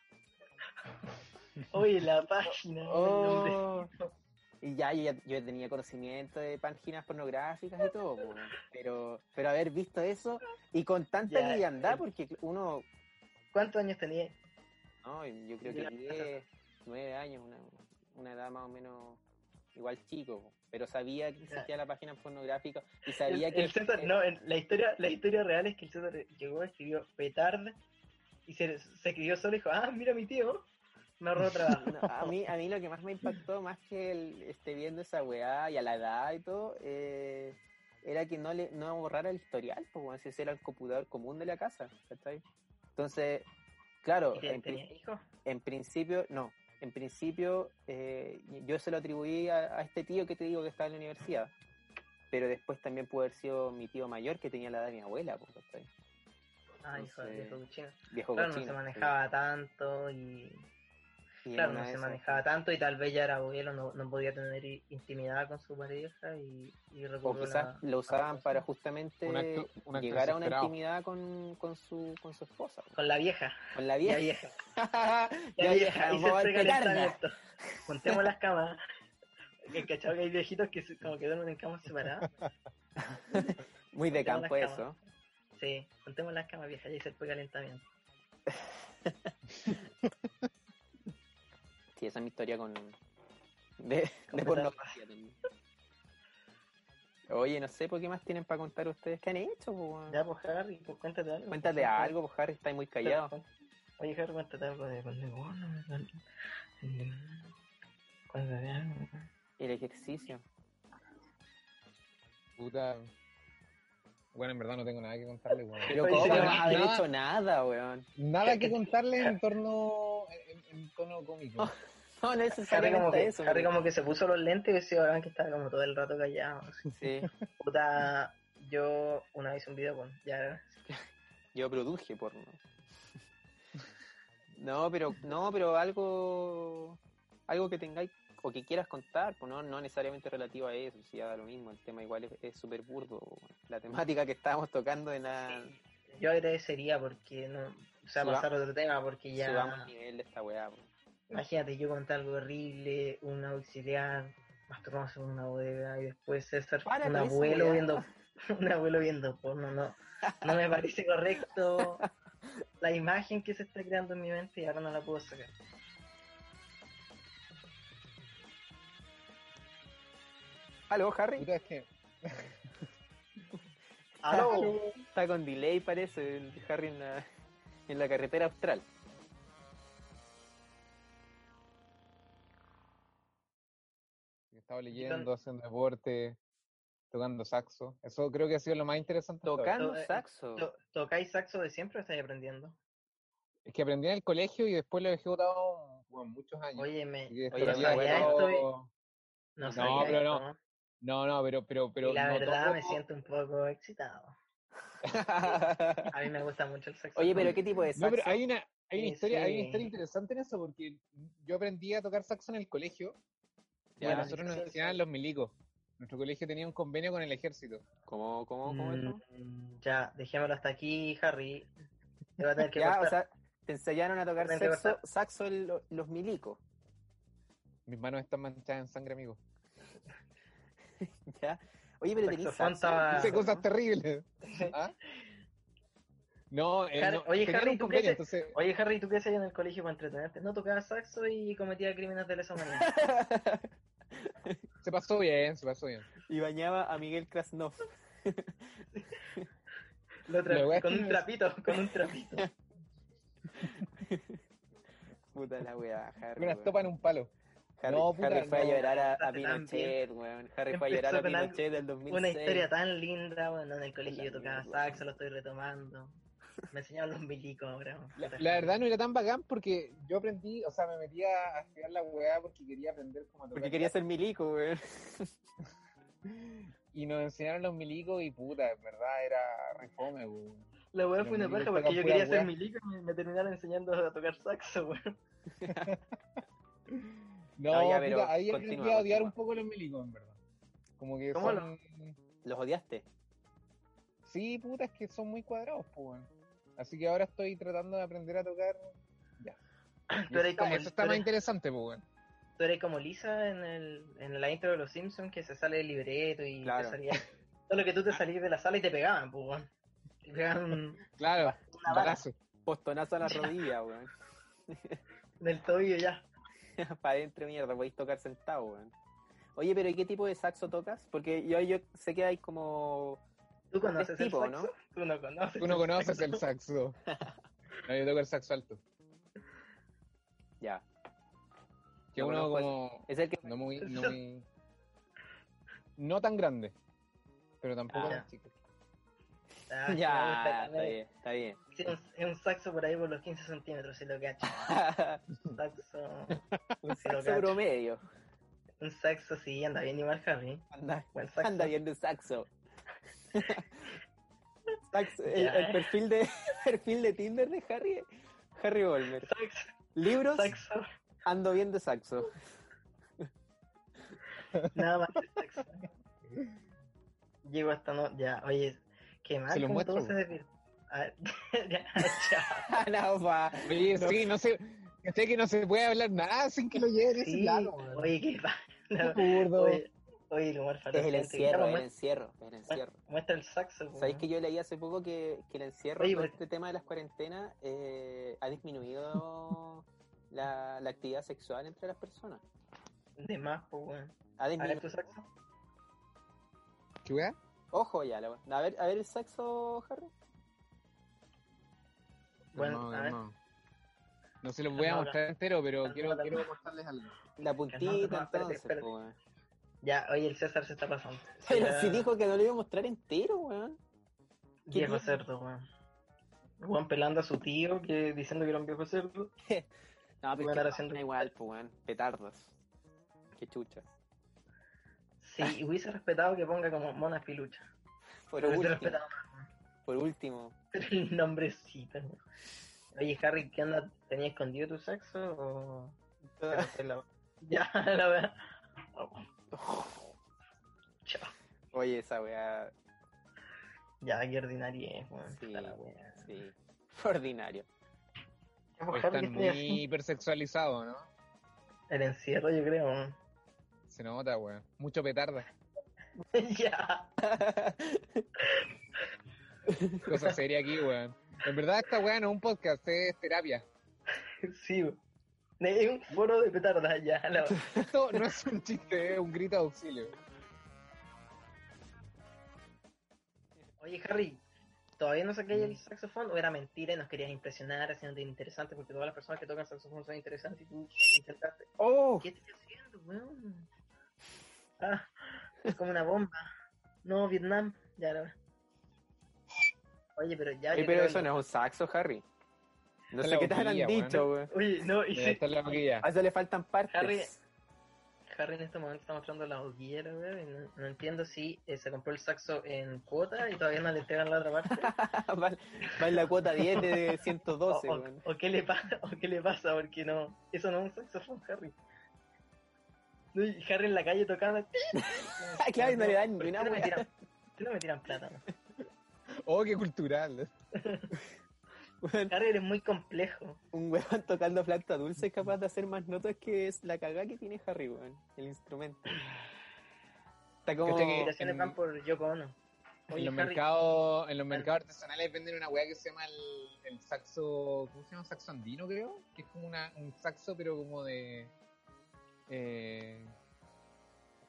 [SPEAKER 1] Oye, la página. el
[SPEAKER 3] Oh.
[SPEAKER 1] nombre.
[SPEAKER 3] Y ya yo, ya- yo tenía conocimiento de páginas pornográficas y todo, po, weón. pero, pero haber visto eso y con tanta
[SPEAKER 1] Ya,
[SPEAKER 3] liviandad,
[SPEAKER 1] eh.
[SPEAKER 3] porque uno,
[SPEAKER 1] ¿Cuántos años tenía?
[SPEAKER 3] no, yo creo
[SPEAKER 1] Ya.
[SPEAKER 3] que 10, 9 años, una, una edad más o menos igual chico, po. pero sabía que existía la página pornográfica y sabía
[SPEAKER 1] el,
[SPEAKER 3] que...
[SPEAKER 1] el César,
[SPEAKER 3] eh,
[SPEAKER 1] no, el- la historia, la historia real es que el César llegó, escribió petard y se, se escribió solo y dijo, ah, mira mi tío, me ahorró trabajo.
[SPEAKER 3] No, a, mí, a mí lo que más me impactó, más que el, este, viendo esa weá y a la edad y todo, eh, era que no le no borrara el historial, pues weón, si ese era el computador común de la casa, ¿cachai? Entonces, claro,
[SPEAKER 1] ¿Y te-
[SPEAKER 3] en,
[SPEAKER 1] tenía
[SPEAKER 3] pri-
[SPEAKER 1] hijos?
[SPEAKER 3] en principio, no, en principio eh, yo se lo atribuí a, a este tío que te digo que estaba en la universidad, pero después también pudo haber sido mi tío mayor que tenía la edad de mi abuela, pues, ¿cachai?
[SPEAKER 1] Ah, hijo de
[SPEAKER 3] Entonces,
[SPEAKER 1] viejo cochino.
[SPEAKER 3] Viejo
[SPEAKER 1] Claro, no
[SPEAKER 3] cochino,
[SPEAKER 1] se
[SPEAKER 3] sí.
[SPEAKER 1] manejaba tanto y...
[SPEAKER 3] Y en
[SPEAKER 1] Claro,
[SPEAKER 3] una
[SPEAKER 1] no
[SPEAKER 3] de
[SPEAKER 1] se
[SPEAKER 3] esas-
[SPEAKER 1] manejaba tanto y tal vez ya era abuelo, no, no podía tener i- intimidad con su pareja y, y
[SPEAKER 3] O
[SPEAKER 1] recurrió a la-
[SPEAKER 3] quizás lo usaban para justamente
[SPEAKER 2] Un acto, un acto
[SPEAKER 3] este, llegar a una
[SPEAKER 2] desesperado.
[SPEAKER 3] intimidad con, con su con su esposa, con,
[SPEAKER 1] Con la vieja,
[SPEAKER 3] la
[SPEAKER 1] la
[SPEAKER 3] vieja.
[SPEAKER 1] vieja, la
[SPEAKER 3] Ya vieja,
[SPEAKER 1] vieja, hice
[SPEAKER 3] vamos a
[SPEAKER 1] este
[SPEAKER 3] petarla.
[SPEAKER 1] calentamiento. Juntemos las camas. Que cachado que hay viejitos que se- como que duermen en camas separadas.
[SPEAKER 3] Muy de
[SPEAKER 1] Juntemos
[SPEAKER 3] campo
[SPEAKER 1] las
[SPEAKER 3] eso.
[SPEAKER 1] Sí, contemos las camas viejas, ya hice el precalentamiento.
[SPEAKER 3] Sí, esa es mi historia con de, de
[SPEAKER 1] petarla.
[SPEAKER 3] pornografía también. Oye, no sé por qué más tienen para contar ustedes qué han hecho, po, weón?
[SPEAKER 1] Ya, pues Harry, pues cuéntate algo.
[SPEAKER 3] Cuéntate algo, pues Harry, estáis muy callado.
[SPEAKER 1] Oye, Harry, cuéntate algo de cuando vos no me Cuando
[SPEAKER 3] El ejercicio.
[SPEAKER 2] Puta. Bueno, en verdad no tengo nada que contarle, weón.
[SPEAKER 3] Pero
[SPEAKER 1] Oye,
[SPEAKER 3] ¿cómo
[SPEAKER 1] sí,
[SPEAKER 3] no
[SPEAKER 1] nada,
[SPEAKER 3] vas a haber
[SPEAKER 2] nada.
[SPEAKER 3] hecho nada, weón?
[SPEAKER 2] Nada que contarle en torno. en, en tono cómico.
[SPEAKER 3] No, no es
[SPEAKER 1] Harry como,
[SPEAKER 3] necesariamente
[SPEAKER 1] que,
[SPEAKER 3] eso.
[SPEAKER 1] Harry
[SPEAKER 3] weón.
[SPEAKER 1] como que se puso los lentes y se ahora que estaba como todo el rato callado.
[SPEAKER 3] Sí,
[SPEAKER 1] Puta, yo una vez hice un video con ya
[SPEAKER 3] yo produje porno. No, pero, no, pero algo, algo que tengáis o que quieras contar, pues no, no necesariamente relativo a eso, si ya da lo mismo, el tema igual es- es súper burdo, weón. la temática que estábamos tocando en la,
[SPEAKER 1] yo agradecería porque no o sea
[SPEAKER 3] Suba-
[SPEAKER 1] pasar a otro tema porque ya
[SPEAKER 3] subamos el nivel de esta weá. weón.
[SPEAKER 1] imagínate yo contar algo horrible, un auxiliar, masturbarse en una bodega y después César
[SPEAKER 3] Para
[SPEAKER 1] un
[SPEAKER 3] con esa
[SPEAKER 1] abuelo
[SPEAKER 3] weá.
[SPEAKER 1] viendo un abuelo viendo porno, no, no me parece correcto la imagen que se está creando en mi mente y ahora no la puedo sacar.
[SPEAKER 3] ¿Aló, Harry?
[SPEAKER 2] Puta, es que.
[SPEAKER 1] ¡Aló!
[SPEAKER 3] Está con delay parece el Harry en la, en la carretera austral.
[SPEAKER 2] Estaba leyendo, haciendo deporte, tocando saxo. Eso creo que ha sido lo más interesante. hasta ahora.
[SPEAKER 3] Tocando
[SPEAKER 1] eh,
[SPEAKER 3] saxo.
[SPEAKER 1] To- ¿Tocáis saxo de siempre o estáis aprendiendo?
[SPEAKER 2] Es que aprendí en el colegio y después lo he ejecutado bueno, muchos años.
[SPEAKER 1] Oye, me,
[SPEAKER 2] Así que
[SPEAKER 3] oye,
[SPEAKER 2] esto
[SPEAKER 3] no
[SPEAKER 2] lo había
[SPEAKER 3] sabía
[SPEAKER 2] tocado-
[SPEAKER 1] esto no
[SPEAKER 2] No,
[SPEAKER 1] sabía
[SPEAKER 2] pero
[SPEAKER 1] esto,
[SPEAKER 2] no, No, no, pero, pero, pero.
[SPEAKER 1] y la
[SPEAKER 2] no
[SPEAKER 1] verdad
[SPEAKER 2] toco-
[SPEAKER 1] me siento un poco excitado. A mí me gusta mucho el saxo.
[SPEAKER 3] Oye, pero ¿qué tipo de saxo?
[SPEAKER 2] No, pero hay una, hay una
[SPEAKER 1] Sí,
[SPEAKER 2] historia, hay una
[SPEAKER 1] sí.
[SPEAKER 2] historia interesante en eso, porque yo aprendí a tocar saxo en el colegio, y
[SPEAKER 3] Ya.
[SPEAKER 2] a nosotros nos
[SPEAKER 1] Sí, sí.
[SPEAKER 2] enseñaban los milicos. Nuestro colegio tenía un convenio con el ejército.
[SPEAKER 3] ¿Cómo, cómo, cómo es, no?
[SPEAKER 1] Mm, ya, dejémoslo hasta aquí, Harry. Te va a tener que
[SPEAKER 3] Ya, o
[SPEAKER 1] cortar.
[SPEAKER 3] sea, te ensayaron a tocar
[SPEAKER 1] Tengo que
[SPEAKER 3] saxo,
[SPEAKER 1] cortar.
[SPEAKER 3] saxo el- los milicos.
[SPEAKER 2] Mis manos están manchadas en sangre, amigo.
[SPEAKER 3] ¿ya? Oye, pero tenés
[SPEAKER 1] Saxofón
[SPEAKER 3] saxo.
[SPEAKER 1] estaba-
[SPEAKER 3] ¿no?
[SPEAKER 2] Hice cosas terribles. ¿Ah? No, eh,
[SPEAKER 1] Har-
[SPEAKER 2] no,
[SPEAKER 1] oye,
[SPEAKER 2] tenían
[SPEAKER 1] Harry,
[SPEAKER 2] un
[SPEAKER 1] ¿tú qué
[SPEAKER 2] convenio,
[SPEAKER 1] te-
[SPEAKER 2] entonces
[SPEAKER 1] Oye, Harry, ¿tú qué hacías en el colegio para entretenerte? No tocaba saxo y cometía crímenes de lesa humanidad.
[SPEAKER 2] se pasó bien, se pasó bien.
[SPEAKER 3] y bañaba a Miguel Krasnov.
[SPEAKER 1] Lo tra-
[SPEAKER 2] La wea es
[SPEAKER 1] con
[SPEAKER 2] que
[SPEAKER 1] un
[SPEAKER 2] me-
[SPEAKER 1] trapito, con un trapito.
[SPEAKER 3] Puta la weá, Harry.
[SPEAKER 2] Una
[SPEAKER 3] weón.
[SPEAKER 2] estopa en un palo.
[SPEAKER 3] Harry,
[SPEAKER 2] No, puta,
[SPEAKER 3] Harry fue a
[SPEAKER 2] no.
[SPEAKER 3] llorar a, a
[SPEAKER 1] Empezaste tan
[SPEAKER 3] Pinochet, weón. Harry fue a llorar a
[SPEAKER 1] Empezó con algo-
[SPEAKER 3] Pinochet del 2006.
[SPEAKER 1] Una historia tan linda, bueno, en el colegio
[SPEAKER 3] La
[SPEAKER 1] yo tocaba
[SPEAKER 3] mierda.
[SPEAKER 1] saxo, lo estoy retomando. Me enseñaron los milicos ahora.
[SPEAKER 2] La, la verdad no era tan bacán porque yo aprendí, o sea, me metía a estudiar la weá porque quería aprender cómo tocar.
[SPEAKER 3] Porque quería ser milico, weón.
[SPEAKER 2] Y nos enseñaron los milicos y puta, en verdad era reforme, weón.
[SPEAKER 1] La weá
[SPEAKER 2] Los
[SPEAKER 1] fue una
[SPEAKER 2] milicos
[SPEAKER 1] paja porque yo
[SPEAKER 2] tocan
[SPEAKER 1] quería
[SPEAKER 2] pura
[SPEAKER 1] ser
[SPEAKER 2] weá.
[SPEAKER 1] milico y me- me terminaron enseñando a tocar saxo, weón.
[SPEAKER 2] No,
[SPEAKER 3] No, ya,
[SPEAKER 2] puta,
[SPEAKER 3] pero
[SPEAKER 2] ahí
[SPEAKER 3] continúa,
[SPEAKER 2] aprendí a odiar
[SPEAKER 3] continúa.
[SPEAKER 2] un poco los milicos, en verdad. Como que
[SPEAKER 1] ¿Cómo
[SPEAKER 2] son...
[SPEAKER 3] Los odiaste.
[SPEAKER 2] Sí, puta, es que son muy cuadrados, pues, weón. Así que ahora estoy tratando de aprender a tocar... Ya. Y
[SPEAKER 1] Tú
[SPEAKER 2] Eso
[SPEAKER 1] eres
[SPEAKER 2] está,
[SPEAKER 1] como-
[SPEAKER 2] eso está
[SPEAKER 1] tú
[SPEAKER 2] más
[SPEAKER 1] eres-
[SPEAKER 2] interesante, pues, weón.
[SPEAKER 1] Tú eres como Lisa en, el, en la intro de Los Simpsons que se sale el libreto y
[SPEAKER 3] Claro.
[SPEAKER 1] te salía... Solo que tú
[SPEAKER 2] Ah.
[SPEAKER 1] te salías de la sala y te pegaban, pues, weón. Te pegaban un-
[SPEAKER 2] Claro,
[SPEAKER 1] una bala
[SPEAKER 2] balazo.
[SPEAKER 3] Postonazo a la rodilla, weón.
[SPEAKER 1] en el tobillo ya.
[SPEAKER 3] para adentro, mierda, podéis tocar sentado, weón. Oye, pero ¿y qué tipo de saxo tocas? Porque yo, yo sé que hay como...
[SPEAKER 1] ¿Tú conoces
[SPEAKER 3] tipo,
[SPEAKER 1] el saxo? Tú no conoces.
[SPEAKER 2] Tú no
[SPEAKER 1] el
[SPEAKER 2] conoces
[SPEAKER 1] saxo.
[SPEAKER 2] el saxo. No, yo toco el saxo alto.
[SPEAKER 3] Ya.
[SPEAKER 2] Que
[SPEAKER 3] No
[SPEAKER 2] uno
[SPEAKER 3] conozco el-
[SPEAKER 2] como...
[SPEAKER 3] Es el que...
[SPEAKER 2] No muy, no muy. No tan grande. Pero tampoco
[SPEAKER 1] Ah,
[SPEAKER 2] tan
[SPEAKER 1] ya.
[SPEAKER 2] chico.
[SPEAKER 1] Ah,
[SPEAKER 3] Ya,
[SPEAKER 1] me
[SPEAKER 3] está
[SPEAKER 1] gusta,
[SPEAKER 3] bien, está bien.
[SPEAKER 1] Sí, un- Es un saxo por ahí por los 15 centímetros, si lo cacho. Un saxo...
[SPEAKER 3] Un
[SPEAKER 1] Se lo
[SPEAKER 3] saxo
[SPEAKER 1] cacho.
[SPEAKER 3] promedio.
[SPEAKER 1] Un saxo, sí, anda bien igual, Harry.
[SPEAKER 3] Anda,
[SPEAKER 1] Buen saxo.
[SPEAKER 3] anda bien de saxo. Saxo, el,
[SPEAKER 1] Ya.
[SPEAKER 3] el perfil de perfil de Tinder de Harry Harry Volmer.
[SPEAKER 1] Saxo,
[SPEAKER 3] Libros,
[SPEAKER 1] saxo.
[SPEAKER 3] ando bien de saxo.
[SPEAKER 1] Nada más. Exacto. Llego hasta no. Ya, oye, qué mal.
[SPEAKER 2] Se lo
[SPEAKER 1] como todo
[SPEAKER 2] muestro,
[SPEAKER 1] se desvir- A ver, ya, ya.
[SPEAKER 3] Ah, no, pa.
[SPEAKER 2] Oye, sí, no sé. que Sé que no se puede hablar nada sin que lo lleven ese
[SPEAKER 1] Sí,
[SPEAKER 2] lado, weón.
[SPEAKER 1] oye, qué pa- no,
[SPEAKER 2] Burdo.
[SPEAKER 1] Oye, oye, el humor
[SPEAKER 3] Es el
[SPEAKER 1] faltante.
[SPEAKER 3] encierro,
[SPEAKER 1] Ya,
[SPEAKER 3] es el
[SPEAKER 1] muestra-
[SPEAKER 3] encierro, es el encierro.
[SPEAKER 1] Muestra el saxo. po,
[SPEAKER 3] ¿Sabéis
[SPEAKER 1] ¿no?
[SPEAKER 3] que yo leí hace poco que, que el encierro
[SPEAKER 1] Oye, pues.
[SPEAKER 3] por
[SPEAKER 1] pero-
[SPEAKER 3] este tema de las cuarentenas eh, ha disminuido la, la actividad sexual entre las personas?
[SPEAKER 1] De más, pues, weón.
[SPEAKER 3] Ha
[SPEAKER 1] A ver
[SPEAKER 3] disminuido.
[SPEAKER 1] tu saxo.
[SPEAKER 2] ¿Qué weá?
[SPEAKER 3] Ojo ya, la- a ver, a ver el saxo, Harry.
[SPEAKER 1] Bueno,
[SPEAKER 2] Calmado,
[SPEAKER 1] a ver.
[SPEAKER 2] calmado. No se los voy a
[SPEAKER 1] Calmado,
[SPEAKER 2] mostrar entero, pero
[SPEAKER 1] calmado,
[SPEAKER 2] quiero,
[SPEAKER 1] calmado.
[SPEAKER 2] quiero mostrarles algo.
[SPEAKER 3] La puntita
[SPEAKER 1] no, espérate,
[SPEAKER 3] entonces,
[SPEAKER 1] espérate.
[SPEAKER 3] po, weón.
[SPEAKER 1] Ya, oye, el César se está pasando.
[SPEAKER 3] Pero
[SPEAKER 1] Ya,
[SPEAKER 3] si dijo que no lo iba a mostrar entero, weón.
[SPEAKER 1] Viejo
[SPEAKER 3] dijo?
[SPEAKER 1] cerdo, weón. Weón pelando a su tío, que diciendo que era un viejo cerdo.
[SPEAKER 3] No, pero
[SPEAKER 1] Weón,
[SPEAKER 3] es que
[SPEAKER 1] ahora
[SPEAKER 3] no,
[SPEAKER 1] siendo-
[SPEAKER 3] da igual, pues, weón. Petardos. Qué chucha.
[SPEAKER 1] Sí, y hubiese respetado que ponga como mona pilucha.
[SPEAKER 3] Por
[SPEAKER 1] Pero hubiese
[SPEAKER 3] último,
[SPEAKER 1] respetado
[SPEAKER 3] por último.
[SPEAKER 1] el nombrecito. weón. Oye, Harry, ¿qué onda? ¿Tenías escondido tu sexo o...? Ya, la verdad. Chao.
[SPEAKER 3] Oye, esa weá,
[SPEAKER 1] Ya, qué ordinaria es, weón.
[SPEAKER 3] Sí.
[SPEAKER 1] Puta la weá.
[SPEAKER 3] sí. Fue ordinario.
[SPEAKER 1] Ya, pues, Harry,
[SPEAKER 2] Están
[SPEAKER 1] ¿qué estoy
[SPEAKER 2] muy hipersexualizados, ¿no?
[SPEAKER 1] haciendo? El encierro, yo creo, weón.
[SPEAKER 2] Se nota, weón. Mucho petarda.
[SPEAKER 1] ya.
[SPEAKER 2] Cosa seria aquí, weón. En verdad, esta weá no es un podcast, es terapia.
[SPEAKER 1] Sí, weón. Es un foro de petardas, ya, la verdad.
[SPEAKER 2] Esto no es un chiste, es un grito de auxilio.
[SPEAKER 1] Oye, Harry, ¿todavía no sacáis
[SPEAKER 3] Mm.
[SPEAKER 1] el saxofón? ¿O era mentira y nos querías impresionar haciéndote interesante? Porque todas las personas que tocan saxofón son interesantes y tú intentaste.
[SPEAKER 3] ¡Oh!
[SPEAKER 1] ¿Qué estás haciendo, weón? Ah, es como una bomba. No, Vietnam. Ya, la Oye, pero ya.
[SPEAKER 3] Oye,
[SPEAKER 1] yo
[SPEAKER 3] pero
[SPEAKER 1] creo
[SPEAKER 3] eso
[SPEAKER 1] que-
[SPEAKER 3] no es un saxo, Harry. No
[SPEAKER 2] Esta
[SPEAKER 3] sé
[SPEAKER 2] es
[SPEAKER 3] qué
[SPEAKER 2] la
[SPEAKER 3] te habrán
[SPEAKER 2] boquilla, weón.
[SPEAKER 3] dicho, weón.
[SPEAKER 1] Oye, no, y
[SPEAKER 2] Mira,
[SPEAKER 1] sí.
[SPEAKER 2] esta es la maquilla.
[SPEAKER 3] A eso le faltan partes.
[SPEAKER 1] Harry- Harry en este momento está mostrando la boquilla, la weá, y no, no entiendo si eh, se compró el saxo en cuota y todavía no le entregan la otra parte.
[SPEAKER 3] va, va en la cuota 10 de 112,
[SPEAKER 1] o, o-
[SPEAKER 3] weón.
[SPEAKER 1] o qué le pasa, o qué le pasa, porque no, eso no es un saxofón, Harry. No, y Harry en la calle tocando.
[SPEAKER 3] Ah, Claro, y no le dan
[SPEAKER 1] ¿Por
[SPEAKER 3] ni
[SPEAKER 1] qué
[SPEAKER 3] una
[SPEAKER 1] no me
[SPEAKER 3] wea.
[SPEAKER 1] tiran- ¿Por qué no me tiran plata? no?
[SPEAKER 2] Oh, qué cultural.
[SPEAKER 3] Weón,
[SPEAKER 1] Harry eres muy complejo.
[SPEAKER 3] Un weón tocando flauta dulce es capaz de hacer más notas que es la cagada que tiene Harry, weón. El instrumento. Está como...
[SPEAKER 2] Cacha
[SPEAKER 1] Las
[SPEAKER 2] que-
[SPEAKER 1] Invitaciones
[SPEAKER 2] en-
[SPEAKER 1] van por Yoko Ono.
[SPEAKER 2] en,
[SPEAKER 1] Oye,
[SPEAKER 2] los
[SPEAKER 1] Harry,
[SPEAKER 2] mercados, en los mercados artesanales venden una weá que se llama el, el saxo. ¿Cómo se llama? Saxo andino, creo. Que es como una, un saxo, pero como de. Eh,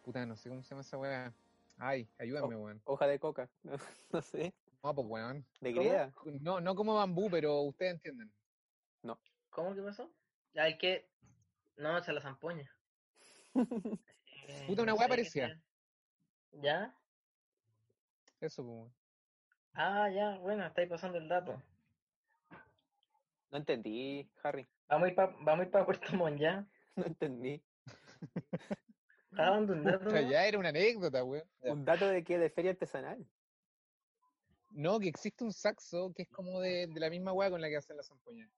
[SPEAKER 2] puta, no sé cómo se llama esa weá. Ay, ayúdame,
[SPEAKER 1] Oh.
[SPEAKER 2] weón.
[SPEAKER 3] Hoja de coca. No, no sé.
[SPEAKER 2] No, pues weón.
[SPEAKER 3] De
[SPEAKER 1] ¿Cómo?
[SPEAKER 3] greda.
[SPEAKER 2] No, no como bambú, pero ustedes entienden.
[SPEAKER 1] ¿cómo que pasó? Ah, el que. No, se la zampoña. Eh,
[SPEAKER 2] Puta, una
[SPEAKER 1] no
[SPEAKER 2] wea
[SPEAKER 1] sé qué
[SPEAKER 2] parecía.
[SPEAKER 1] sea. ¿Ya?
[SPEAKER 2] Eso, pues, weón.
[SPEAKER 1] Ah, ya, bueno, estáis pasando el dato.
[SPEAKER 3] No entendí, Harry.
[SPEAKER 1] Vamos a ir para vamos a ir pa Puerto Montt, ya.
[SPEAKER 3] No entendí.
[SPEAKER 1] Estaba dando un dato.
[SPEAKER 2] O sea,
[SPEAKER 1] ¿no?
[SPEAKER 2] ya era una anécdota, weón. Ya.
[SPEAKER 3] ¿Un dato de qué? ¿De feria artesanal?
[SPEAKER 2] No, que existe un saxo que es como de, de la misma weá con la que hacen las zampoñas.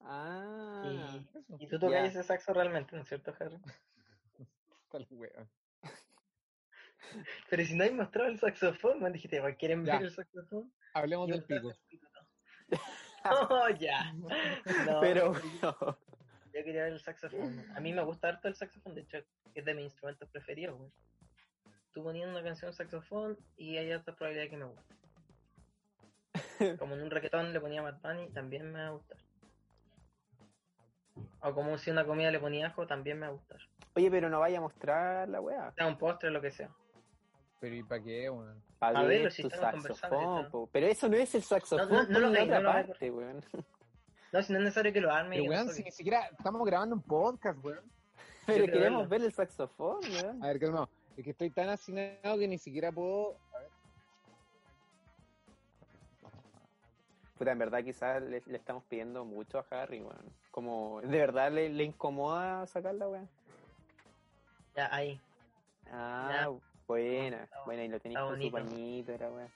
[SPEAKER 3] Ah.
[SPEAKER 1] Y,
[SPEAKER 2] Eso,
[SPEAKER 1] y tú tocas
[SPEAKER 3] Ya.
[SPEAKER 1] ese saxo realmente, ¿no es cierto, Harry?
[SPEAKER 2] tal weón.
[SPEAKER 1] Pero si no hay mostrado el saxofón, ¿no? dijiste, "Bueno, ¿quieren
[SPEAKER 2] Ya.
[SPEAKER 1] ver el saxofón?
[SPEAKER 2] Hablemos
[SPEAKER 1] Y
[SPEAKER 2] del
[SPEAKER 1] mostraste
[SPEAKER 2] pico.
[SPEAKER 1] el pico, No, No, ya. No,
[SPEAKER 3] Pero bueno.
[SPEAKER 1] Yo quería ver el saxofón. A mí me gusta harto el saxofón, de hecho, es de mis instrumentos preferidos, güey. Tú poniendo una canción saxofón y hay alta probabilidad que me guste. Como en un reggaetón le ponía Mad Bunny, también me va a gustar. O como si una comida le ponía ajo, también me va a gustar.
[SPEAKER 3] Oye, pero no vaya a mostrar la weá.
[SPEAKER 1] Sea un postre, lo que sea.
[SPEAKER 2] Pero ¿y para qué, weón?
[SPEAKER 3] Para
[SPEAKER 1] A ver,
[SPEAKER 3] ver
[SPEAKER 1] si
[SPEAKER 3] tu
[SPEAKER 1] estamos conversando,
[SPEAKER 3] saxofón,
[SPEAKER 1] ¿no?
[SPEAKER 3] po. Pero eso no es el saxofón,
[SPEAKER 1] no, no
[SPEAKER 3] no,
[SPEAKER 1] lo hagáis,
[SPEAKER 3] otra
[SPEAKER 1] no lo hagáis, por
[SPEAKER 3] parte, weón.
[SPEAKER 1] No, si no es necesario que lo arme. y
[SPEAKER 2] Pero
[SPEAKER 1] que
[SPEAKER 2] weón,
[SPEAKER 1] lo
[SPEAKER 2] si
[SPEAKER 1] toque.
[SPEAKER 2] ni siquiera estamos grabando un podcast, weón.
[SPEAKER 3] Pero
[SPEAKER 1] quiero
[SPEAKER 3] queremos
[SPEAKER 1] verlo.
[SPEAKER 3] ver el saxofón, weón.
[SPEAKER 2] A ver, calmado. Es que estoy tan hacinado que ni siquiera puedo.
[SPEAKER 1] Ah.
[SPEAKER 2] A ver.
[SPEAKER 3] Puta, en verdad quizás le, le estamos pidiendo mucho a Harry, weón. Como, de verdad le, le incomoda sacarla, weón.
[SPEAKER 1] Ya, ahí.
[SPEAKER 3] Ah, buena, buena, y lo tenéis
[SPEAKER 1] está
[SPEAKER 3] con su
[SPEAKER 1] bonito.
[SPEAKER 3] pañito, era weón.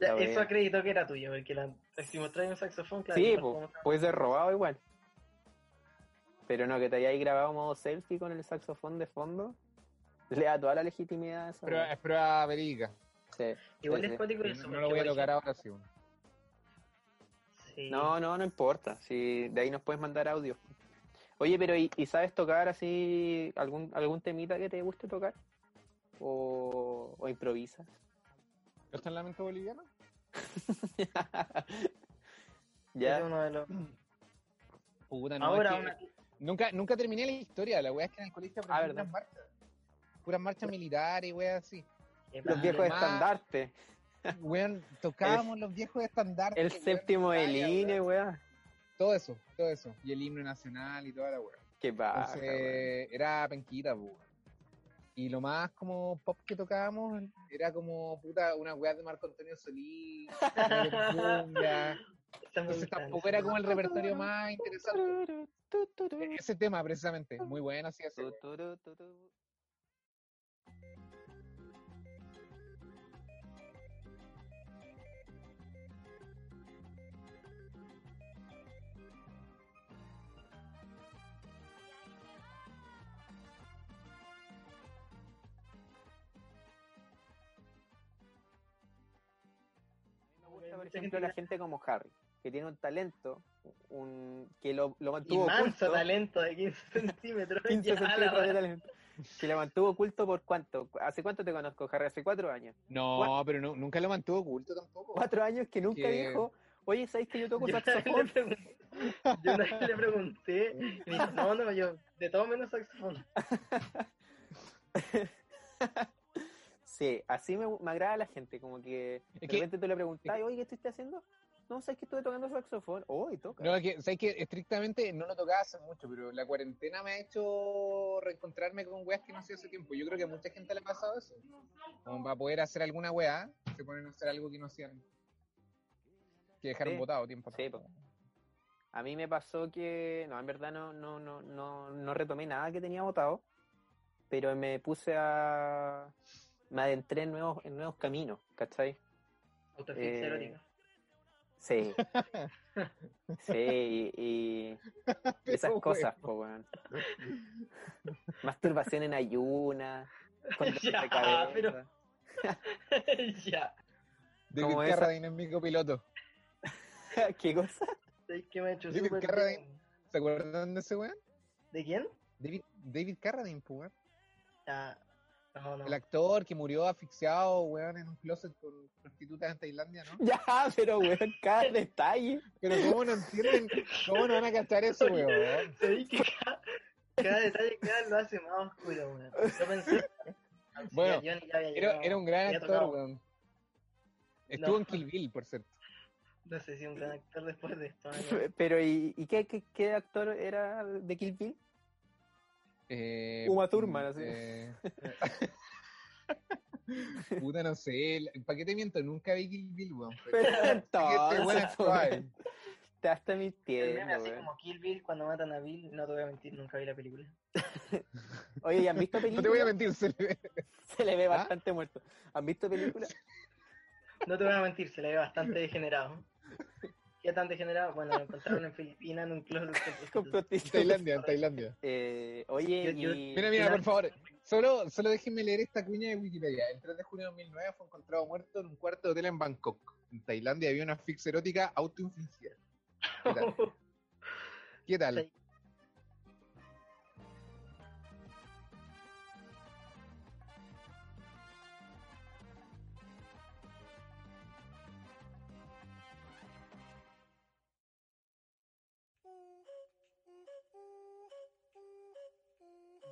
[SPEAKER 1] Ya,
[SPEAKER 3] Está bien.
[SPEAKER 1] eso acreditó que era tuyo, porque la, pues, si mostráis un saxofón, claro.
[SPEAKER 3] sí,
[SPEAKER 1] no
[SPEAKER 3] po,
[SPEAKER 1] puedo mostrar-
[SPEAKER 3] puede ser robado igual. Pero no, que te hayáis grabado modo selfie con el saxofón de fondo, le da toda la legitimidad a esa
[SPEAKER 2] Prueba,
[SPEAKER 3] weá.
[SPEAKER 2] es prueba verídica.
[SPEAKER 3] Sí,
[SPEAKER 1] Igual
[SPEAKER 3] sí,
[SPEAKER 1] es
[SPEAKER 3] sí.
[SPEAKER 1] cuático eso.
[SPEAKER 2] No,
[SPEAKER 1] porque,
[SPEAKER 2] lo voy a
[SPEAKER 1] por
[SPEAKER 2] tocar ahora, sí, weón.
[SPEAKER 1] ejemplo, sí.
[SPEAKER 3] No, no, no importa. Si de ahí nos puedes mandar audio. Oye, pero ¿y, y sabes tocar así algún algún temita que te guste tocar? ¿O, o improvisas?
[SPEAKER 2] ¿No está en lamento boliviano?
[SPEAKER 1] Es
[SPEAKER 3] ya.
[SPEAKER 1] uno de los-
[SPEAKER 2] Puta, no.
[SPEAKER 1] Ahora,
[SPEAKER 2] es que
[SPEAKER 1] una-
[SPEAKER 2] nunca, nunca terminé la historia. La weá es que en el colegio
[SPEAKER 3] Ah,
[SPEAKER 2] aprendí
[SPEAKER 3] ¿verdad?
[SPEAKER 2] puras marchas. Puras marchas militares, weá, así.
[SPEAKER 1] qué
[SPEAKER 3] Los
[SPEAKER 1] mal,
[SPEAKER 3] viejos
[SPEAKER 2] además-
[SPEAKER 3] estandarte.
[SPEAKER 2] Weón, tocábamos los viejos estandartes.
[SPEAKER 3] El
[SPEAKER 2] weón,
[SPEAKER 3] séptimo
[SPEAKER 2] medalla,
[SPEAKER 3] del INE,
[SPEAKER 2] weón.
[SPEAKER 3] weá.
[SPEAKER 2] Todo eso, todo eso. Y el himno nacional y toda la weá.
[SPEAKER 3] Qué baja,
[SPEAKER 2] Entonces, era penquita, pues. weón. Y lo más como pop que tocábamos era como puta una weá de Marco Antonio Solís, una de cumbia.
[SPEAKER 1] Está muy
[SPEAKER 2] Entonces
[SPEAKER 1] brutal,
[SPEAKER 2] tampoco
[SPEAKER 1] sí.
[SPEAKER 2] era como el repertorio más interesante.
[SPEAKER 3] weón. Tu, tu, tu,
[SPEAKER 2] E- Ese tema precisamente, muy bueno, sí, ese.
[SPEAKER 3] tu, tu, tu, tu, tu. Me gusta, por
[SPEAKER 1] Mucha
[SPEAKER 3] ejemplo,
[SPEAKER 1] gente
[SPEAKER 3] la gente como Harry, que tiene un talento, un que lo, lo mantuvo
[SPEAKER 1] Inmanso
[SPEAKER 3] oculto.
[SPEAKER 1] talento de 15 centímetros.
[SPEAKER 3] 15
[SPEAKER 1] ya, la
[SPEAKER 3] centímetros de
[SPEAKER 1] verdad.
[SPEAKER 3] talento. Que lo mantuvo oculto por cuánto. ¿Hace cuánto te conozco, Harry? Hace cuatro años.
[SPEAKER 2] No, pero no- nunca lo mantuvo oculto tampoco.
[SPEAKER 3] Cuatro años que nunca
[SPEAKER 2] Que-
[SPEAKER 3] dijo, oye, ¿sabéis que yo toco
[SPEAKER 1] Yo una vez le
[SPEAKER 3] saxofón?
[SPEAKER 1] pregunté- yo una vez le pregunté, y me dijo, no, no, yo de todo menos saxofón.
[SPEAKER 3] Sí, así me, me agrada la gente, como que de
[SPEAKER 2] Es que-
[SPEAKER 3] repente tú le
[SPEAKER 2] es
[SPEAKER 3] preguntás,
[SPEAKER 2] que-
[SPEAKER 3] oye, ¿qué estuviste haciendo? No, ¿sabes que estuve tocando saxofón? Oye, toca.
[SPEAKER 2] No, es que, sabes que estrictamente no lo tocaba hace mucho, pero la cuarentena me ha hecho reencontrarme con weas que no hacía hace tiempo. Yo creo que a mucha gente le ha pasado eso. Como para poder hacer alguna wea, se ponen a hacer algo que no hacían. Que dejaron
[SPEAKER 3] Sí.
[SPEAKER 2] botado tiempo.
[SPEAKER 3] Sí, po. A mí me pasó que, no, en verdad no, no, no, no, no retomé nada que tenía votado, pero me puse a... Me adentré en nuevos, en nuevos caminos, ¿cachai?
[SPEAKER 1] Autofixia
[SPEAKER 3] Eh,
[SPEAKER 1] erótica.
[SPEAKER 3] Sí. Sí, y, y
[SPEAKER 2] Pero,
[SPEAKER 3] esas
[SPEAKER 2] weón.
[SPEAKER 3] cosas, po, weón. Masturbación en ayunas, con dolor de
[SPEAKER 1] Ya,
[SPEAKER 3] cabeza.
[SPEAKER 1] pero- ya.
[SPEAKER 2] David
[SPEAKER 3] como esa-
[SPEAKER 2] Carradine es mi copiloto.
[SPEAKER 3] ¿Qué cosa?
[SPEAKER 1] Es que me ha hecho
[SPEAKER 2] David
[SPEAKER 1] súper
[SPEAKER 2] Carradine.
[SPEAKER 1] bien.
[SPEAKER 2] ¿Se acuerdan de ese weón?
[SPEAKER 1] ¿De quién?
[SPEAKER 2] David, David Carradine, pues, weón.
[SPEAKER 1] Ah, no, no.
[SPEAKER 2] El actor que murió asfixiado, weón, en un closet con prostitutas en Tailandia, ¿no?
[SPEAKER 3] Ya, pero weón, cada detalle.
[SPEAKER 2] Pero ¿cómo no entienden? ¿Cómo no van a cachar eso,
[SPEAKER 1] Oye.
[SPEAKER 2] weón?
[SPEAKER 1] Se ve que cada, cada detalle cada lo hace más oscuro, weón. Yo pensé.
[SPEAKER 2] Bueno,
[SPEAKER 1] Johnny ya había
[SPEAKER 2] Era,
[SPEAKER 1] llegado.
[SPEAKER 2] era un gran
[SPEAKER 1] había
[SPEAKER 2] actor,
[SPEAKER 1] tocado.
[SPEAKER 2] weón. Estuvo
[SPEAKER 1] No.
[SPEAKER 2] en Kill Bill, por cierto.
[SPEAKER 1] No sé si un gran actor después de esto. ¿no?
[SPEAKER 3] Pero, ¿y, y qué, qué, qué actor era de Kill Bill?
[SPEAKER 2] Eh,
[SPEAKER 3] Uma Thurman, así.
[SPEAKER 2] eh, Puta, no sé. ¿Para qué te miento? Nunca vi Kill Bill, Este weón. este
[SPEAKER 3] Pero Ah,
[SPEAKER 2] Qué buena
[SPEAKER 3] entonces,
[SPEAKER 2] actuada.
[SPEAKER 3] weón, te estás
[SPEAKER 1] El meme
[SPEAKER 3] mintiendo,
[SPEAKER 1] así
[SPEAKER 3] weón.
[SPEAKER 1] como Kill Bill cuando matan a Bill, no te voy a mentir, nunca vi la película.
[SPEAKER 3] Oye, ¿y han visto
[SPEAKER 2] No te voy a
[SPEAKER 3] películas?
[SPEAKER 2] mentir, se le ve.
[SPEAKER 3] Se le ve
[SPEAKER 2] ¿Ah?
[SPEAKER 3] bastante muerto. ¿Han visto películas?
[SPEAKER 1] No te voy a mentir, se le ve bastante degenerado. ¿Qué tan degenerado? Bueno, lo encontraron en Filipinas en un closet con prostitutas.
[SPEAKER 2] En
[SPEAKER 3] Con prostitutas.
[SPEAKER 2] Tailandia, en Tailandia.
[SPEAKER 3] Eh, oye,
[SPEAKER 1] Yo- yo-
[SPEAKER 3] y...
[SPEAKER 2] Mira,
[SPEAKER 1] Mira.
[SPEAKER 2] mira, por favor. Solo, solo déjenme leer esta cuña de Wikipedia. El 3 de junio de 2009 fue encontrado muerto en un cuarto de hotel en Bangkok. En Tailandia había una asfixia erótica autoinfligida. ¿Qué tal?
[SPEAKER 1] Oh,
[SPEAKER 2] ¿Qué tal?
[SPEAKER 1] Sí.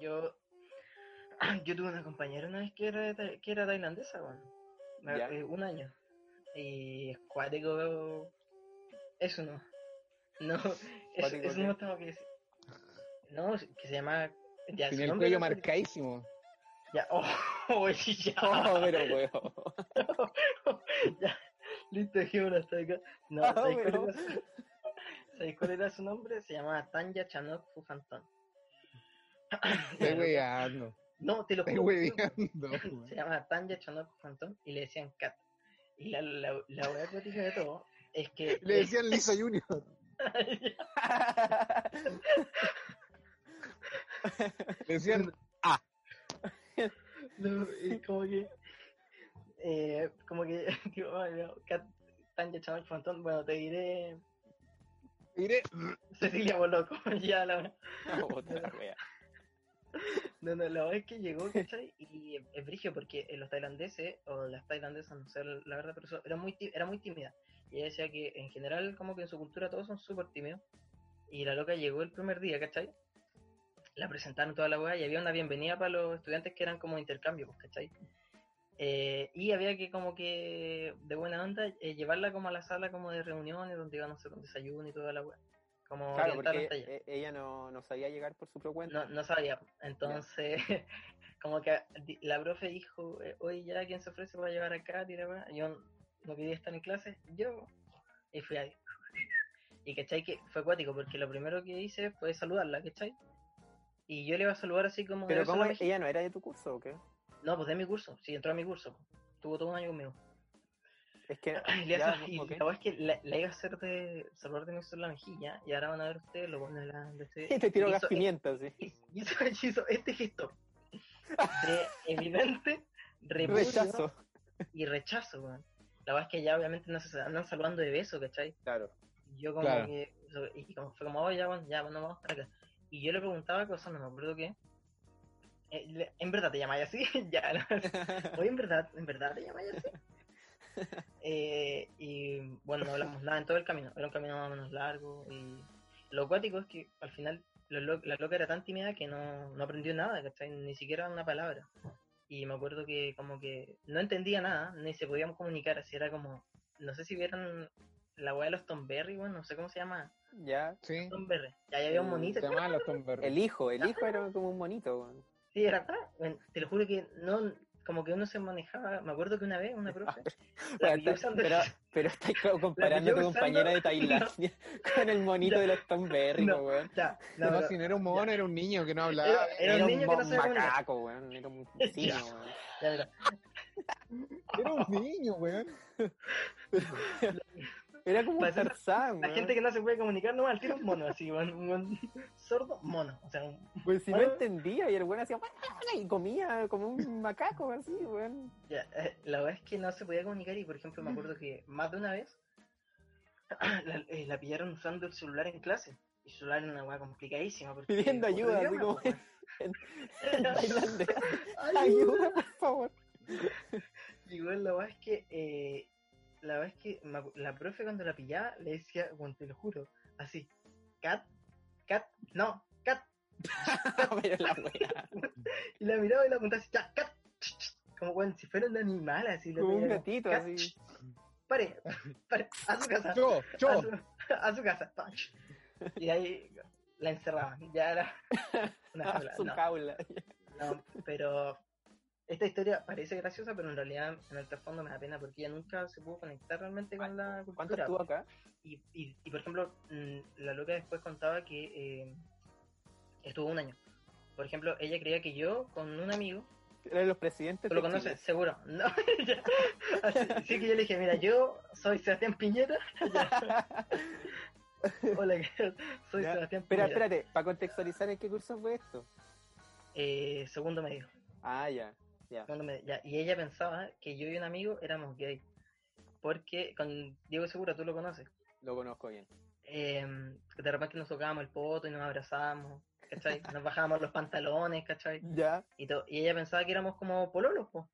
[SPEAKER 1] Yo, yo tuve una compañera una vez que era, de Tai- que era tailandesa, weón. Me-
[SPEAKER 3] Ya.
[SPEAKER 1] eh, un año. Y es cuático. Eso no. No, eso,
[SPEAKER 3] Cuático,
[SPEAKER 1] eso
[SPEAKER 3] ¿qué?
[SPEAKER 1] no tengo que decir. No, que se llama. Ya,
[SPEAKER 2] Tiene
[SPEAKER 1] su
[SPEAKER 2] el
[SPEAKER 1] nombre
[SPEAKER 2] cuello
[SPEAKER 1] lo-
[SPEAKER 2] marcadísimo.
[SPEAKER 1] Ya, oh, ya.
[SPEAKER 3] No, Ah, pero weón.
[SPEAKER 1] Ya, listo, dejémoslo hasta acá. No,
[SPEAKER 3] Ah,
[SPEAKER 1] ¿sabéis cuál,
[SPEAKER 3] pero-
[SPEAKER 1] era su... ¿sabéis cuál era su nombre? Se llamaba Tanya Chanok Fujantón.
[SPEAKER 2] Estoy weyando.
[SPEAKER 1] No, te lo
[SPEAKER 2] Estoy
[SPEAKER 1] juro.
[SPEAKER 2] weyando.
[SPEAKER 1] Se llamaba Tanya Chanok Fujantón y le decían Kat. Y la, la, la wea cuática de todo es que.
[SPEAKER 2] Le decían Lisa Junior. Le decían
[SPEAKER 1] No, eh, como que. Eh, como que. Digo, ay, no, Kat, Tanya Chanok Fujantón. Bueno, te diré.
[SPEAKER 2] Iré.
[SPEAKER 1] Cecilia Boloco. ya, la wea.
[SPEAKER 3] No, otra wea.
[SPEAKER 1] No, no, la vez que llegó, ¿cachai? Y es brigio porque eh, los tailandeses, o las tailandesas, no sé la verdad, pero so- era muy, tí- era muy tímida. Y ella decía que en general, como que en su cultura todos son súper tímidos. Y la loca llegó el primer día, ¿cachai? La presentaron toda la weá y había una bienvenida para los estudiantes que eran como de intercambio, pues, ¿cachai? Eh, y había que como que, de buena onda, eh, llevarla como a la sala como de reuniones donde íbamos a hacer un desayuno y toda la weá. Como
[SPEAKER 3] Claro,
[SPEAKER 1] orientar
[SPEAKER 3] porque
[SPEAKER 1] hasta allá.
[SPEAKER 3] e- ella no, no sabía llegar por su propia cuenta.
[SPEAKER 1] No, no sabía. Entonces, como que di- la profe dijo, eh, oye, ya, ¿quién se ofrece para llevar acá? Tira, weá?". yo no quería estar en clase, yo. Y fui ahí. Y cachai que fue acuático, porque lo primero que hice fue saludarla, cachai. Y yo le iba a saludar así como... de
[SPEAKER 3] Pero
[SPEAKER 1] beso a
[SPEAKER 3] ¿cómo? eh?
[SPEAKER 1] la mejilla.
[SPEAKER 3] ¿Ella no era de tu curso o qué?
[SPEAKER 1] No, pues de mi curso, sí, entró a mi curso. Tuvo todo un año conmigo.
[SPEAKER 3] Es que...
[SPEAKER 1] Y, le
[SPEAKER 3] ya,
[SPEAKER 1] hace- y
[SPEAKER 3] ok.
[SPEAKER 1] la weá es que la, la iba a hacer de saludar de mi beso en la mejilla, y ahora van a ver ustedes lo bueno de la... De este-
[SPEAKER 3] Y te tiró
[SPEAKER 1] hizo-
[SPEAKER 3] gas pimienta, sí.
[SPEAKER 1] y hizo, hizo este gesto entre evidente repudio
[SPEAKER 3] Rechazo.
[SPEAKER 1] y rechazo, weón. La verdad es que ya obviamente no se andan saludando de beso, ¿cachai?
[SPEAKER 3] Claro.
[SPEAKER 1] Y yo como
[SPEAKER 2] Claro.
[SPEAKER 1] que, y como fue como, oh, ya, bueno, ya, bueno, vamos para acá. Y yo le preguntaba cosas, no me acuerdo qué. Eh, le- ¿En verdad te llamáis así? ya, no. Oye, en verdad, en verdad te llamáis así. Eh, y bueno, no hablamos nada en todo el camino. Era un camino más o menos largo. Y lo acuático es que al final lo lo- la loca era tan tímida que no, no aprendió nada, ¿cachai? Ni siquiera una palabra. Y me acuerdo que como que no entendía nada, ni se podían comunicar. Así era como, no sé si vieron la weá de los Tomberry, bueno, no sé cómo se llama.
[SPEAKER 3] ya.
[SPEAKER 2] Sí.
[SPEAKER 1] Tomberry. Y ahí había un monito.
[SPEAKER 2] Se llamaba los Tom Berry.
[SPEAKER 3] El hijo, el hijo era como un monito. weón.
[SPEAKER 1] Sí, era, ah, bueno, te lo juro que no, como que uno se manejaba. Me acuerdo que una vez una profe... la pilló
[SPEAKER 3] Pero,
[SPEAKER 1] usando-
[SPEAKER 3] pero, pero estáis co- comparando a tu
[SPEAKER 1] usando-
[SPEAKER 3] compañera de Tailandia con el monito
[SPEAKER 1] No.
[SPEAKER 3] de los Tom Berry,
[SPEAKER 1] No.
[SPEAKER 3] weón.
[SPEAKER 1] Ya,
[SPEAKER 2] No,
[SPEAKER 1] no, pero-
[SPEAKER 2] si no era un mono, era un niño que no hablaba.
[SPEAKER 1] Era- era- un
[SPEAKER 3] Ah, un
[SPEAKER 1] niño que no
[SPEAKER 3] mo-
[SPEAKER 1] sabe comunicar.
[SPEAKER 3] macaco, weón. Era un simio,
[SPEAKER 1] Ya.
[SPEAKER 3] weón.
[SPEAKER 1] ya, mira.
[SPEAKER 2] Era un niño, weón.
[SPEAKER 3] Era como un
[SPEAKER 1] Parece-
[SPEAKER 3] Tarzán,
[SPEAKER 1] La
[SPEAKER 3] weón.
[SPEAKER 1] gente que no se puede comunicar nomás al tiro un mono, así, un, un, sordo mono. O sea, un-
[SPEAKER 3] Pues si no
[SPEAKER 1] Bueno.
[SPEAKER 3] entendía y el weón hacía "Ah", y comía como un macaco así, weón.
[SPEAKER 1] ya, eh, la verdad es que no se podía comunicar y, por ejemplo, me acuerdo que más de una vez la, eh, la pillaron usando el celular en clase. Y su celular era una weá complicadísima. Porque,
[SPEAKER 3] Pidiendo
[SPEAKER 1] otro
[SPEAKER 3] ayuda, así
[SPEAKER 1] idioma,
[SPEAKER 3] como-
[SPEAKER 1] pues,
[SPEAKER 3] En
[SPEAKER 1] weón.
[SPEAKER 3] Tailandia.
[SPEAKER 1] Ayuda.
[SPEAKER 3] Ayuda, por favor.
[SPEAKER 1] Y bueno, la verdad es que, eh, la verdad es que me acu- la profe cuando la pillaba le decía, bueno, te lo juro, así, cat, cat, no, cat,
[SPEAKER 3] Pero la wea.
[SPEAKER 1] Y la miraba y la apuntaba así, ya, cat, ch, ch, como bueno, si fuera un animal así. la
[SPEAKER 3] Como un
[SPEAKER 1] tenía
[SPEAKER 3] gatito
[SPEAKER 1] cat,
[SPEAKER 3] así.
[SPEAKER 1] Pare, pare, a su casa.
[SPEAKER 2] Yo,
[SPEAKER 1] A
[SPEAKER 2] yo.
[SPEAKER 1] su, a su casa. pa, ch. Y ahí la encerraban. Ya era una
[SPEAKER 3] Ah,
[SPEAKER 1] jaula,
[SPEAKER 3] su
[SPEAKER 1] no,
[SPEAKER 3] jaula.
[SPEAKER 1] no, pero esta historia parece graciosa, pero en realidad en el trasfondo me da pena porque ella nunca se pudo conectar realmente con la
[SPEAKER 3] ¿Cuánto
[SPEAKER 1] cultura.
[SPEAKER 3] estuvo acá?
[SPEAKER 1] Y, y, y, por ejemplo, mm, la loca después contaba que eh, estuvo un año. Por ejemplo, ella creía que yo con un amigo
[SPEAKER 3] Eran los presidentes
[SPEAKER 1] ¿Tú lo
[SPEAKER 3] de Chile.
[SPEAKER 1] conoces? Seguro. No, ya. Así, así que yo le dije, mira, yo soy Sebastián Piñera. Hola, ¿qué tal? soy
[SPEAKER 3] Ya.
[SPEAKER 1] Sebastián
[SPEAKER 3] Espera,
[SPEAKER 1] Piñera.
[SPEAKER 3] espérate, para contextualizar en qué curso fue esto.
[SPEAKER 1] Eh, segundo medio.
[SPEAKER 3] Ah, ya, ya.
[SPEAKER 1] segundo medio, ya. Y ella pensaba que yo y un amigo éramos gay. Porque con Diego Segura, tú lo conoces.
[SPEAKER 3] Lo conozco bien.
[SPEAKER 1] Eh, de repente nos tocábamos el poto y nos abrazábamos. ¿Cachai? Nos bajábamos los pantalones, ¿cachai?
[SPEAKER 3] Ya.
[SPEAKER 1] Y, todo. y ella pensaba que éramos como pololos, po.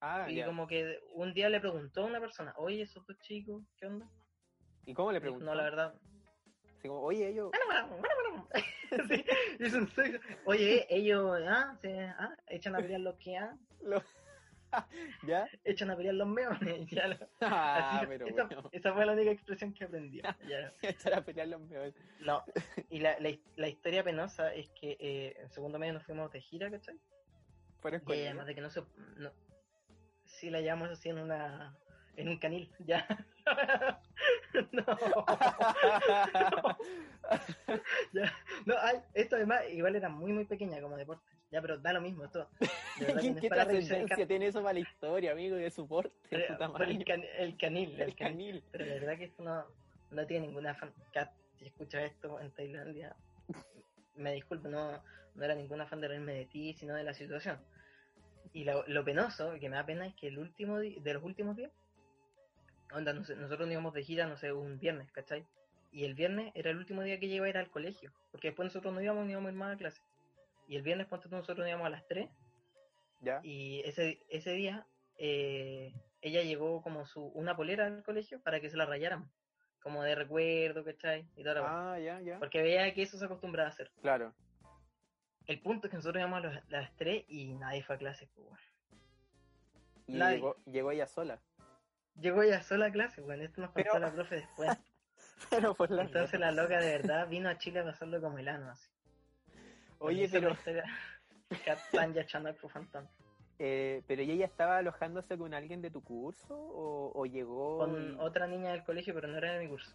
[SPEAKER 3] Ah,
[SPEAKER 1] y
[SPEAKER 3] ya.
[SPEAKER 1] como que un día le preguntó a una persona, oye, esos dos chicos, ¿qué onda?
[SPEAKER 3] ¿Y cómo le
[SPEAKER 1] Dijo,
[SPEAKER 3] preguntó?
[SPEAKER 1] No, la verdad.
[SPEAKER 3] Así como, oye, ellos.
[SPEAKER 1] Sí, hizo un sexo. Oye, ellos ah, se, ah, echan a pelear los que ah,
[SPEAKER 3] lo- ¿Ya?
[SPEAKER 1] echan a pelear los meones. Ya lo-
[SPEAKER 3] Ah,
[SPEAKER 1] así-
[SPEAKER 3] pero
[SPEAKER 1] esa,
[SPEAKER 3] bueno.
[SPEAKER 1] esa fue la única expresión que aprendí. ya.
[SPEAKER 3] Estar a pelear los meones.
[SPEAKER 1] No, y la, la, la historia penosa es que eh, en segundo medio nos fuimos de gira, ¿cachai?
[SPEAKER 3] Fueron
[SPEAKER 1] Y
[SPEAKER 3] con
[SPEAKER 1] además de que no se. No, sí, la llevamos así en una. en un canil, ya. no. No, ay, esto además igual era muy muy pequeña como deporte. Ya, pero da lo mismo esto. De verdad que
[SPEAKER 3] ¿Qué,
[SPEAKER 1] no es
[SPEAKER 3] qué
[SPEAKER 1] para revisar el
[SPEAKER 3] trascendencia tiene eso para la historia, amigo? Y de su porte, de su
[SPEAKER 1] ca- el,
[SPEAKER 3] tamaño.
[SPEAKER 1] can- el canil, el
[SPEAKER 3] El
[SPEAKER 1] canil.
[SPEAKER 3] canil.
[SPEAKER 1] Pero la verdad que esto no, no tiene ninguna fan. Cat, si escuchas esto en Tailandia, me disculpo, no, no era ningún afán de reírme de ti, sino de la situación. Y lo, lo penoso, que me da pena, es que el último di- de los últimos días, onda, no sé, nosotros nos íbamos de gira, no sé, un viernes, ¿cachai? Y el viernes era el último día que yo iba a ir al colegio, porque después nosotros no íbamos ni íbamos a ir más a clase. Y el viernes, ponte tú, nosotros nos íbamos a las 3,
[SPEAKER 3] ¿Ya?
[SPEAKER 1] y ese, ese día eh, ella llevó como su una polera al colegio para que se la rayaran, como de recuerdo, ¿cachai? Y toda la wea.
[SPEAKER 3] Ah, ya, ya.
[SPEAKER 1] Porque veía que eso se acostumbraba a hacer.
[SPEAKER 3] Claro.
[SPEAKER 1] El punto es que nosotros íbamos a los- las 3 y nadie fue a clase. pues, weón.
[SPEAKER 3] Y
[SPEAKER 1] Nadie.
[SPEAKER 3] llegó, llegó ella sola.
[SPEAKER 1] Llegó ella sola a clase, bueno, esto nos contó
[SPEAKER 3] Pero-
[SPEAKER 1] la profe después.
[SPEAKER 3] Pero por las
[SPEAKER 1] Entonces la
[SPEAKER 3] notas.
[SPEAKER 1] loca de verdad vino a Chile a pasarlo como el ano, así.
[SPEAKER 3] Oye, pero,
[SPEAKER 1] Están ya echando al Fantón.
[SPEAKER 3] eh, pero ¿y ella estaba alojándose con alguien de tu curso o, o llegó? y-
[SPEAKER 1] Con otra niña del colegio, pero no era de mi curso.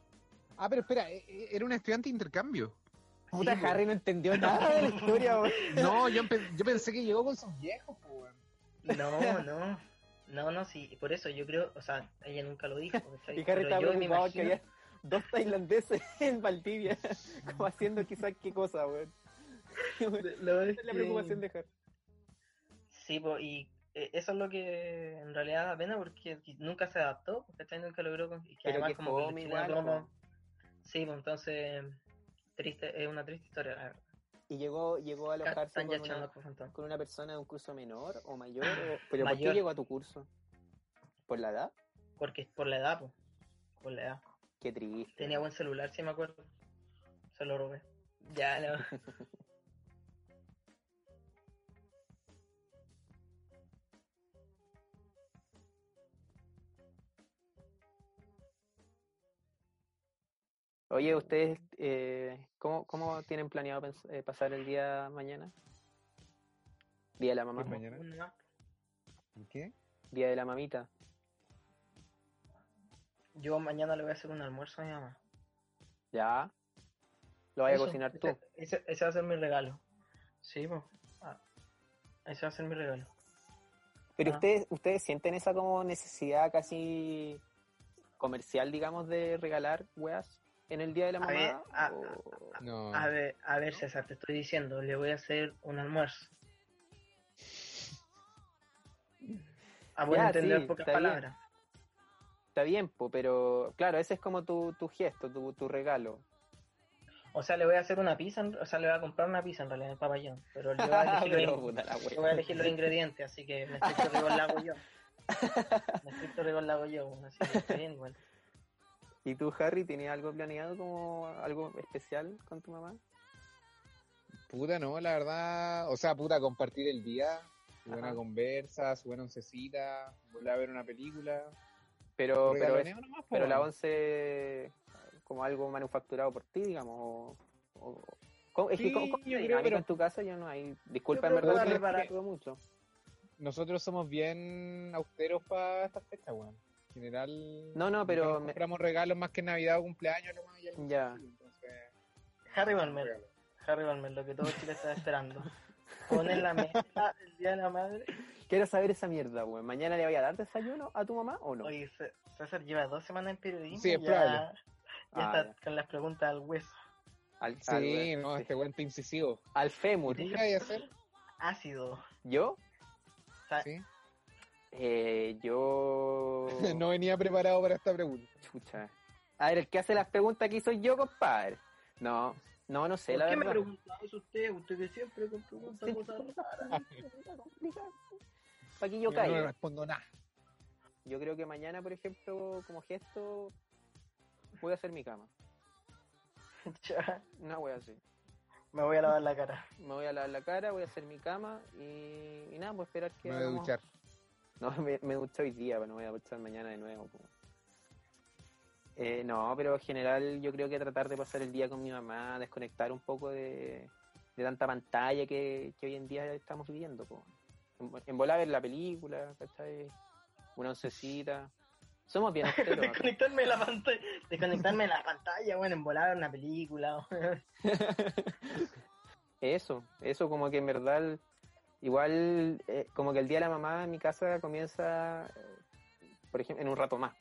[SPEAKER 2] Ah, pero espera, e- e- era un estudiante de intercambio.
[SPEAKER 3] Puta,
[SPEAKER 2] Sí, po.
[SPEAKER 3] Harry no entendió nada de la historia, weón.
[SPEAKER 2] No, yo, empe- yo pensé que llegó con sus viejos, po, weón.
[SPEAKER 1] No, no. No, no, sí. Por eso yo creo, o sea, ella nunca lo dijo. ¿cachai?
[SPEAKER 3] Y Harry
[SPEAKER 1] Pero
[SPEAKER 3] estaba
[SPEAKER 1] yo me
[SPEAKER 3] preocupado que
[SPEAKER 1] imagino-
[SPEAKER 3] había dos tailandeses en Valdivia, como haciendo quizás qué cosa, weón. Esa
[SPEAKER 1] Lo- lo-
[SPEAKER 3] es la preocupación de Harry.
[SPEAKER 1] Sí, po, y eh, eso es lo que en realidad da pena porque nunca se adaptó, ¿cachai? Nunca logró. con- Y que
[SPEAKER 3] Pero
[SPEAKER 1] además,
[SPEAKER 3] que
[SPEAKER 1] como que
[SPEAKER 3] fome
[SPEAKER 1] le
[SPEAKER 3] igual,
[SPEAKER 1] tiraron como-
[SPEAKER 3] po.
[SPEAKER 1] Sí, pues entonces. Triste, es una triste historia, la verdad.
[SPEAKER 3] Y llegó, llegó a alojarse
[SPEAKER 1] Están ya
[SPEAKER 3] con
[SPEAKER 1] echando
[SPEAKER 3] una,
[SPEAKER 1] al Fantón.
[SPEAKER 3] con una persona de un curso menor o mayor. o- ¿Pero por
[SPEAKER 1] Mayor.
[SPEAKER 3] qué llegó a tu curso? ¿Por la edad?
[SPEAKER 1] Porque por la edad, pues. Por la edad.
[SPEAKER 3] Qué triste.
[SPEAKER 1] Tenía buen celular, sí me acuerdo. Se lo robé. Ya, no.
[SPEAKER 3] Oye, ¿ustedes eh, ¿cómo, cómo tienen planeado pens- eh, pasar el día mañana? Día de la mamá,
[SPEAKER 2] ¿Qué mañana?
[SPEAKER 1] uno más.
[SPEAKER 2] ¿Y qué?
[SPEAKER 3] día de la mamita.
[SPEAKER 1] Yo mañana le voy a hacer un almuerzo a mi mamá.
[SPEAKER 3] Ya. Lo vaya a
[SPEAKER 1] Eso,
[SPEAKER 3] cocinar tú.
[SPEAKER 1] ese- Ese, ese va a ser mi regalo. Sí, pues. ese va a ser mi regalo.
[SPEAKER 3] Pero
[SPEAKER 1] Ah.
[SPEAKER 3] ustedes, ustedes sienten esa como necesidad casi comercial, digamos, de regalar weas en el día de la
[SPEAKER 1] A
[SPEAKER 3] mamá.
[SPEAKER 1] ver, a-
[SPEAKER 3] o-
[SPEAKER 2] No.
[SPEAKER 1] A ver, a ver, César, te estoy diciendo, le voy a hacer un almuerzo. A buen
[SPEAKER 3] Ya,
[SPEAKER 1] entender
[SPEAKER 3] sí,
[SPEAKER 1] pocas
[SPEAKER 3] está bien.
[SPEAKER 1] palabras.
[SPEAKER 3] Está bien, po, pero claro, ese es como tu, tu gesto, tu, tu regalo.
[SPEAKER 1] O sea, le voy a hacer una pizza, en- o sea, le voy a comprar una pizza en realidad en el papayón. Pero yo voy a elegir,
[SPEAKER 3] Pero,
[SPEAKER 1] los, in-
[SPEAKER 3] puta la wea.
[SPEAKER 1] yo voy a elegir los ingredientes, así que me estoy rigor la hago yo. Me estoy rigor la hago yo, bueno, así que está bien, bueno.
[SPEAKER 3] ¿Y tú, Harry, tenías algo planeado como algo especial con tu mamá?
[SPEAKER 2] Puta, no, la verdad. O sea, puta, compartir el día. su Buena
[SPEAKER 3] Ajá.
[SPEAKER 2] conversa, su buena oncecita, volver a ver una película.
[SPEAKER 3] Pero, pero, es-
[SPEAKER 2] Regaloneo nomás, po,
[SPEAKER 3] pero la
[SPEAKER 2] weón.
[SPEAKER 3] 11 como algo manufacturado por ti, digamos. o- o- ¿cómo- es
[SPEAKER 2] Sí,
[SPEAKER 3] que, ¿cómo, cómo
[SPEAKER 2] yo creo,
[SPEAKER 3] es la dinámica
[SPEAKER 2] pero-
[SPEAKER 3] en tu casa yo no hay. Disculpa,
[SPEAKER 1] creo
[SPEAKER 3] en
[SPEAKER 1] que
[SPEAKER 3] verdad,
[SPEAKER 2] la
[SPEAKER 3] no
[SPEAKER 1] prepara-
[SPEAKER 3] recuerdo mucho.
[SPEAKER 2] Nosotros somos bien austeros para estas fechas, weón. En general.
[SPEAKER 3] No, no,
[SPEAKER 2] nunca
[SPEAKER 3] pero
[SPEAKER 2] nos
[SPEAKER 3] me-
[SPEAKER 2] compramos regalos más que en Navidad o cumpleaños nomás. y algo
[SPEAKER 3] Ya.
[SPEAKER 2] así, entonces,
[SPEAKER 1] Harry Balmer.
[SPEAKER 2] regalo.
[SPEAKER 1] Harry Balmer, lo que todo Chile está esperando. Ponen la mesa el día de la madre.
[SPEAKER 3] Quiero saber esa mierda, weón. ¿Mañana le voy a dar desayuno a tu mamá o no?
[SPEAKER 1] Oye, C- César lleva dos semanas en periodismo.
[SPEAKER 2] Sí, es
[SPEAKER 1] y ya,
[SPEAKER 2] probable.
[SPEAKER 1] ya
[SPEAKER 3] Ah,
[SPEAKER 1] está con las preguntas al hueso.
[SPEAKER 3] Al,
[SPEAKER 2] Sí,
[SPEAKER 3] al-
[SPEAKER 2] no, este weón está incisivo.
[SPEAKER 3] al fémur.
[SPEAKER 2] ¿Tú qué vas a hacer?
[SPEAKER 1] Ácido.
[SPEAKER 3] ¿Yo?
[SPEAKER 2] Sí.
[SPEAKER 3] Eh, yo...
[SPEAKER 2] No venía preparado para esta pregunta.
[SPEAKER 3] Chucha. A ver, el que hace las preguntas aquí soy yo, compadre. No, no, no sé, la verdad.
[SPEAKER 1] pregunta eso usted? Usted que siempre con preguntas
[SPEAKER 3] Para que yo
[SPEAKER 2] no, no
[SPEAKER 3] caiga.
[SPEAKER 2] respondo nada.
[SPEAKER 3] Yo creo que mañana, por ejemplo, como gesto, voy a hacer mi cama. Una wea así.
[SPEAKER 1] Me voy a lavar la cara.
[SPEAKER 3] Me voy a lavar la cara, voy a hacer mi cama y, y nada, voy a esperar que.
[SPEAKER 2] Me voy a
[SPEAKER 3] hagamos-
[SPEAKER 2] duchar.
[SPEAKER 3] No, me, me duché hoy día, pero no voy a duchar mañana de nuevo. po. Eh, no, pero en general yo creo que tratar de pasar el día con mi mamá, desconectar un poco de, de tanta pantalla que, que hoy en día estamos viviendo. po. En, en volar a ver la película, ¿cachai? Una oncecita. Somos bien austeros. acá.
[SPEAKER 1] Desconectarme de la pantalla. Desconectarme de la pantalla, bueno, en volar una película. weón.
[SPEAKER 3] Eso, eso como que en verdad, el- igual eh, como que el día de la mamá en mi casa comienza, eh, por ejemplo, en un rato más,